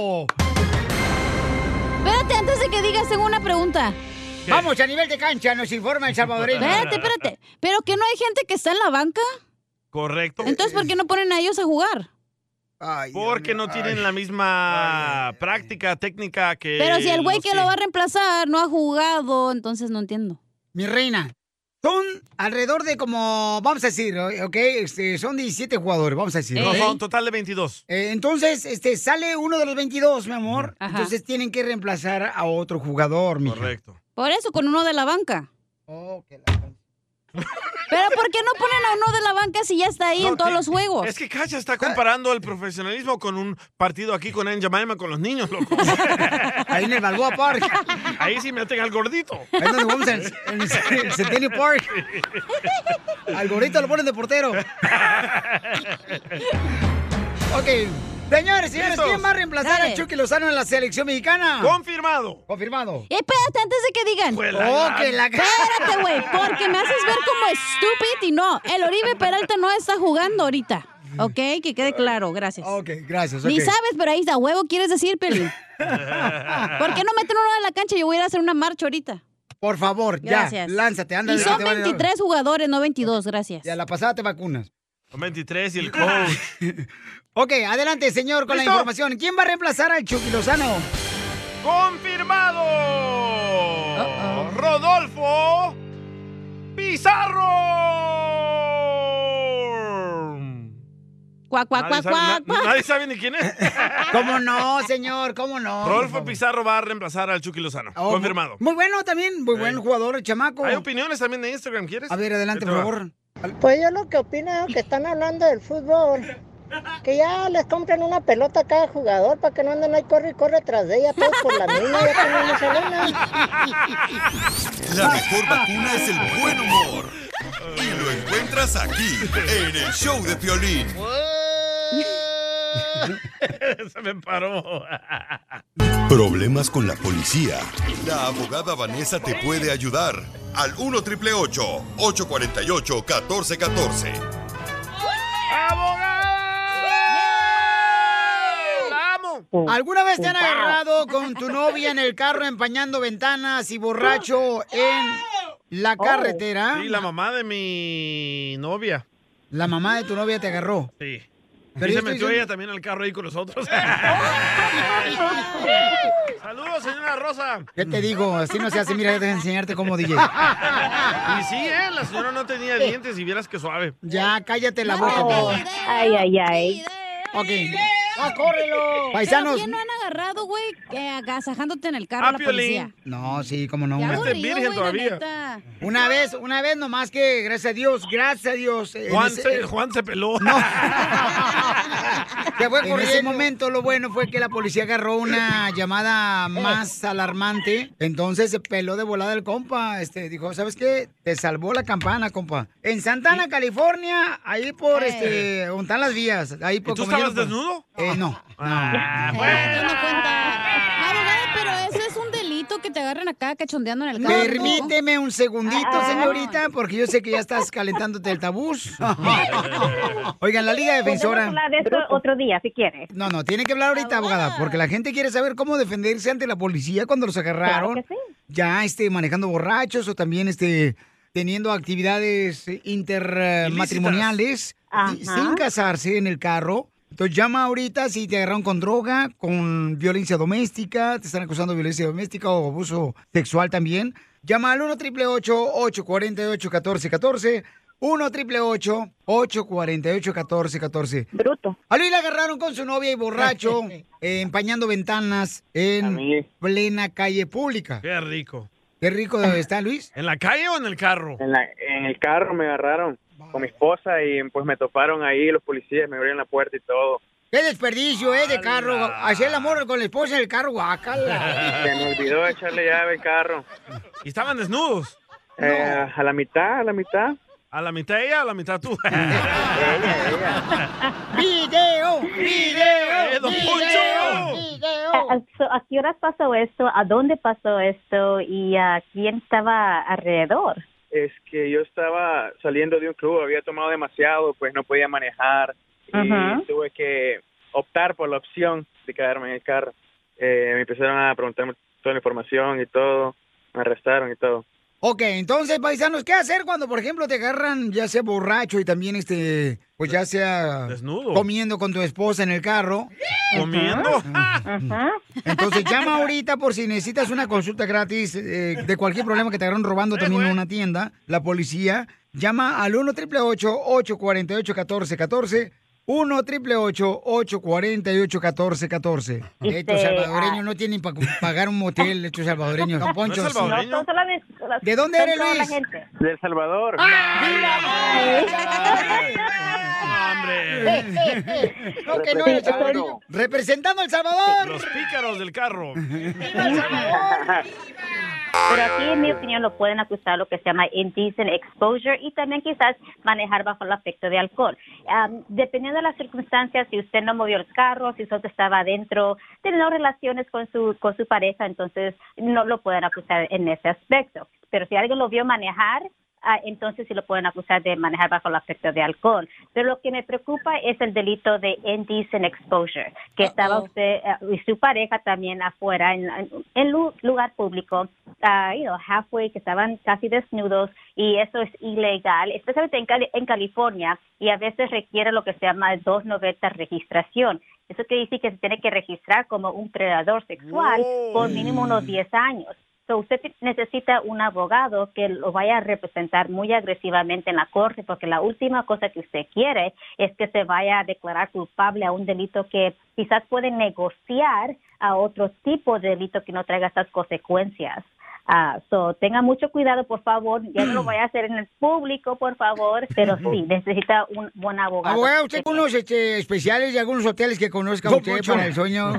S6: Espérate, antes de que digas, tengo una pregunta.
S3: Vamos, a nivel de cancha, nos informa el salvadoreño.
S6: Espérate, espérate. ¿Pero que no hay gente que está en la banca?
S4: Correcto.
S6: Entonces, ¿por qué no ponen a ellos a jugar?
S4: Porque no tienen la misma práctica, técnica que.
S6: Pero si el güey
S4: los
S6: que lo va a reemplazar no ha jugado, entonces no entiendo.
S3: Mi reina, son alrededor de como, vamos a decir, ¿ok? Este, son 17 jugadores, vamos a decir.
S4: No,
S3: ¿ok?
S4: son total de 22.
S3: Eh, entonces, este, sale uno de los 22, mi amor.
S6: Ajá.
S3: Entonces tienen que reemplazar a otro jugador, mi Correcto.
S6: Por eso, con
S3: <laughs>
S6: uno de la banca.
S3: Oh,
S6: Pero ¿por qué no ponen a uno de la banca si ya está ahí
S4: No,
S6: en todos
S4: que-
S6: los juegos?
S4: Es que Cacha está comparando el profesionalismo con un partido aquí con En Jamaima con los niños, loco.
S3: <laughs> Ahí en el Balboa Park.
S4: Ahí sí meten al gordito.
S3: Ahí es donde vamos en, en el Centennial Park. Al gorrito lo ponen de portero. Ok. Señores, señores,
S6: ¿Listos?
S3: ¿quién va a reemplazar
S6: Dale.
S3: a Chucky Lozano en la selección mexicana?
S4: Confirmado.
S3: Confirmado.
S6: Espérate, antes de que digan.
S3: <laughs> la Oh, gran- que la-
S6: Espérate,
S3: <laughs>
S6: güey, porque me haces ver como estúpido y no. El Oribe Peralta no está jugando ahorita. ¿Ok? Que quede claro, gracias.
S3: Ok, gracias.
S6: Ni
S3: ok.
S6: sabes, pero ahí está huevo, quieres decir,
S3: <laughs>
S6: Pelín. ¿Por qué no meten uno de la cancha? Yo voy a ir a hacer una marcha ahorita.
S3: Por favor,
S6: Gracias.
S3: ya, lánzate, anda.
S6: Y son 23 jugadores, no 22, gracias.
S3: Ya, la pasada te vacunas.
S4: Son 23 y el coach.
S3: <laughs> Ok, adelante, señor, con
S4: ¿Listo?
S3: la información. ¿Quién va a reemplazar al Chucky Lozano?
S4: ¡Confirmado! ¡Rodolfo Pizarro!
S6: Cuac, cuac, cuac,
S4: Nadie sabe,
S6: cuac,
S4: na-
S6: cuac.
S4: nadie sabe ni quién es.
S3: <laughs> ¿Cómo no, señor? ¿Cómo no?
S4: Rodolfo Pizarro va a reemplazar al Chucky Lozano.
S3: Oh,
S4: Confirmado.
S3: Muy bueno también, muy buen jugador, el chamaco.
S4: Hay opiniones también de Instagram, ¿quieres?
S3: A ver, adelante,
S4: Ahí
S3: por
S4: te va.
S3: favor.
S21: Pues yo lo que opino es que están hablando del fútbol. Que ya les compren una pelota a cada jugador para que no anden ahí corre y corre tras de ella, todos
S3: <laughs>
S21: por la misma, ya tenemos una.
S8: La mejor vacuna es el buen humor. Y lo encuentras aquí, en el show de Piolín.
S4: <laughs> Se me paró.
S8: Problemas con la policía. La abogada Vanessa te puede ayudar. Al 1 848 1414.
S4: ¡La amo!
S3: ¿Alguna vez te han agarrado con tu novia en el carro empañando ventanas y borracho en la
S21: Oh.
S3: carretera?
S4: Sí, la mamá de mi novia.
S3: La mamá de tu novia te agarró.
S4: Sí.
S3: Pero yo
S4: y se
S3: estoy
S4: metió
S3: diciendo-
S4: ella también al carro ahí
S3: <laughs>
S4: con nosotros. Saludos, señora Rosa.
S3: ¿Qué te digo? Así no se hace. Mira, déjame enseñarte cómo DJ.
S4: <laughs> Y sí, eh, la señora no tenía dientes y vieras que suave.
S3: Ya, cállate la boca. Ay, ay, ay. Ok. ¡Ah, córrelo!
S6: ¿Pero
S3: Paisanos,
S6: quién no han agarrado, güey, eh, agasajándote en el
S3: Ah,
S6: carro a la policía.
S3: No, sí, cómo no.
S6: Qué
S3: una-
S6: aburrido, güey, la neta.
S3: Una vez, una vez nomás que, gracias a Dios, gracias a Dios. en
S4: Juan
S3: ese-
S4: se, Juan se peló.
S3: <laughs> Que fue
S4: En
S3: en
S4: ese
S3: ese momento lo bueno fue que la policía agarró una llamada más alarmante. Entonces se peló de volada el compa. Este dijo, ¿sabes qué? Te salvó la campana, compa. En Santana, California, ahí por
S6: Eh.
S3: este, donde están las vías. Ahí por,
S4: ¿Y tú
S3: como
S4: estabas
S3: yendo
S4: desnudo?
S3: por- Eh, no.
S4: Ah,
S6: Ah, tú no cuenta. Abogada, pero eso es un delito que te agarren acá cachondeando en el carro.
S3: Permíteme un segundito,
S6: Ah.
S3: señorita, porque yo sé que ya estás calentándote el tabús. Oigan, la Liga Defensora.
S23: Podemos hablar de esto otro día, si quieres.
S3: No, no, tiene que hablar ahorita, abogada, porque la gente quiere saber cómo defenderse ante la policía cuando los agarraron.
S23: Claro que
S3: Ya este, manejando borrachos o también este, teniendo actividades intermatrimoniales
S23: Ajá.
S3: sin casarse en el carro. Entonces llama ahorita si te agarraron con droga, con violencia doméstica, te están acusando de violencia doméstica o abuso sexual también. Llama al 1 triple 848 1414 1 triple 848 1414
S23: Bruto.
S3: A Luis le agarraron con su novia
S29: <laughs>
S3: y borracho, eh, empañando ventanas en plena calle pública.
S4: Qué rico.
S3: Qué rico
S29: <clears throat>
S3: está Luis.
S4: ¿En la calle o en el carro?
S29: En, la- <laughs> en el carro me agarraron con mi esposa y pues me toparon ahí los policías, me abrieron la puerta y
S4: <laughs>
S29: todo.
S3: Qué desperdicio, ¿eh? De carro. Hacer el amor con la esposa en el carro,
S29: <laughs>
S3: guacala.
S29: Se me olvidó echarle llave al carro.
S4: ¿Y estaban desnudos?
S29: Eh, A la mitad, a la mitad.
S4: ¿A la mitad ella, a la mitad tú?
S3: ¡Video!
S4: ¡Video! ¡Eh, don Poncho!
S23: ¿A, a- a qué horas pasó esto? ¿A dónde pasó esto? ¿Y a quién estaba alrededor?
S29: Es que yo estaba saliendo de un club, había tomado demasiado, pues no podía manejar y
S23: Ajá.
S29: tuve que optar por la opción de quedarme en el carro. Eh, me empezaron a preguntarme toda la información y todo, me arrestaron y todo.
S3: Ok, entonces, paisanos, ¿qué hacer cuando, por ejemplo, te agarran ya sea borracho y también, este, pues ya sea... Desnudo. Comiendo con tu esposa en el carro.
S4: ¿Comiendo?
S3: Ajá. Entonces, llama ahorita por si necesitas una consulta gratis eh, de cualquier problema que te agarran robando también en una tienda, la policía. Llama al 1 888 848 1414 1 888 848 1414
S23: Y
S3: Estos
S23: te-
S3: salvadoreños no tienen para pagar un motel, estos salvadoreños. Don Poncho, sí.
S23: No, son solamente- las-
S3: ¿De dónde
S23: son
S3: eres,
S23: toda la
S3: Luis?
S23: gente.
S29: De El Salvador.
S3: No, que no eres salvadoreño. Representando a El Salvador.
S4: Los pícaros del carro.
S23: Pero aquí, en mi opinión, lo pueden acusar lo que se llama indecent exposure y también quizás manejar bajo el afecto de alcohol. Am, dependiendo de las circunstancias, si usted no movió el carro, si usted estaba adentro, teniendo relaciones con su, con su pareja, entonces no lo pueden acusar en ese aspecto. Pero si alguien lo vio manejar, ah, entonces sí lo pueden acusar de manejar bajo el afecto de alcohol. Pero lo que me preocupa es el delito de indecent exposure, que estaba usted eh, y su pareja también afuera en, en, en lu- lugar público, ah, you know, halfway, que estaban casi desnudos y eso es ilegal, especialmente en, Cali- en California y a veces requiere lo que se llama 290 registración. Eso quiere decir que se tiene que registrar como un predador sexual por mínimo unos 10 años. So, usted te- necesita un abogado que lo vaya a representar muy agresivamente en la corte, porque la última cosa que usted quiere es que se vaya a declarar culpable a un delito que quizás puede negociar a otro tipo de delito que no traiga esas consecuencias. Ah, so, tenga mucho cuidado, por favor. Ya no lo vaya a hacer en el público, por favor. Pero sí, necesita un buen abogado.
S3: Abogada, usted con unos este, especiales y algunos hoteles que conozca
S4: Don
S3: usted
S4: Poncho.
S3: para el sueño.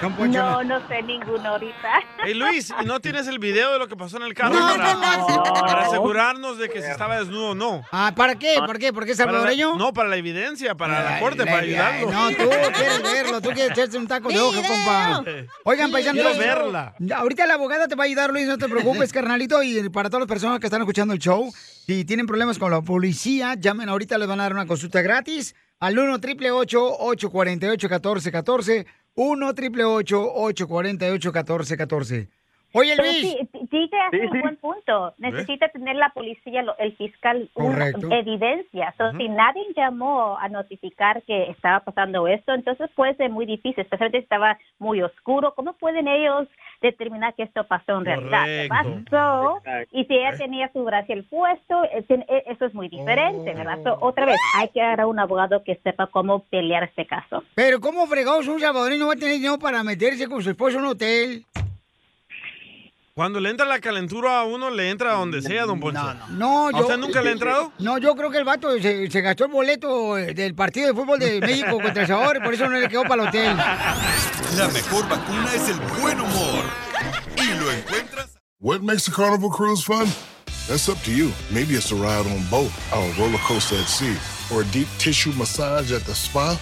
S3: Don Poncho,
S23: No, no sé ninguno ahorita.
S4: Hey Luis, ¿y no tienes el video de lo que pasó en el carro
S23: No,
S4: para,
S23: no,
S3: no.
S4: para asegurarnos de que si estaba desnudo o no?
S3: Ah, ¿para qué? ¿Para qué? ¿Porque es
S4: Para la-
S3: salvadoreño?
S4: no, para la evidencia, para la corte, para
S3: Ay, ¿eh?
S4: ayudarlo.
S3: No, tú quieres verlo, tú quieres echarte un taco de ojo,
S4: Video.
S3: compa. Oigan, paisanos.
S4: Quiero verla.
S3: Ahorita la abogada te va a ayudar, Luis, no te preocupes, carnalito. Y para todas las personas que están escuchando el show, si tienen problemas con la policía, llamen ahorita, les van a dar una consulta gratis al 1 888 848 1414 1 888 848 1414 Oye,
S23: Pero
S3: Luis.
S23: sí, sí, sí te hace
S3: Sí,
S23: un
S3: sí.
S23: buen punto. Necesita tener la policía, lo- el fiscal, una
S3: Correcto.
S23: evidencia. So, Si nadie llamó a notificar que estaba pasando esto, entonces puede ser muy difícil, especialmente si estaba muy oscuro. ¿Cómo pueden ellos determinar que esto pasó en realidad?
S18: Correcto.
S23: Pasó,
S18: Exacto.
S23: y si ella tenía su brasil puesto, eh, tiene- eh, eso es muy diferente, ¿verdad? So, otra vez,
S3: Oh.
S23: hay que agarrar un abogado que sepa cómo pelear este caso.
S3: Pero ¿cómo fregados un salvadoreño va a tener dinero para meterse con su esposo en un hotel?
S4: Cuando le entra la calentura a uno, le entra donde sea, don Poncho.
S3: No,
S4: ¿A
S3: yo...
S4: usted nunca le ha entrado?
S3: No, yo creo que el vato se, se gastó el boleto eh, del partido de fútbol de México contra El Salvador y por eso no le quedó para el hotel.
S8: La mejor vacuna es el buen humor. Y lo encuentras
S1: What makes a Carnival cruise fun? That's up to you. Maybe it's a ride on boat, our roller coaster at sea, or a deep tissue massage at the spa,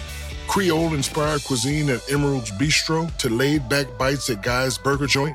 S1: Creole-inspired cuisine at Emerald's Bistro to laid-back bites at Guy's Burger Joint,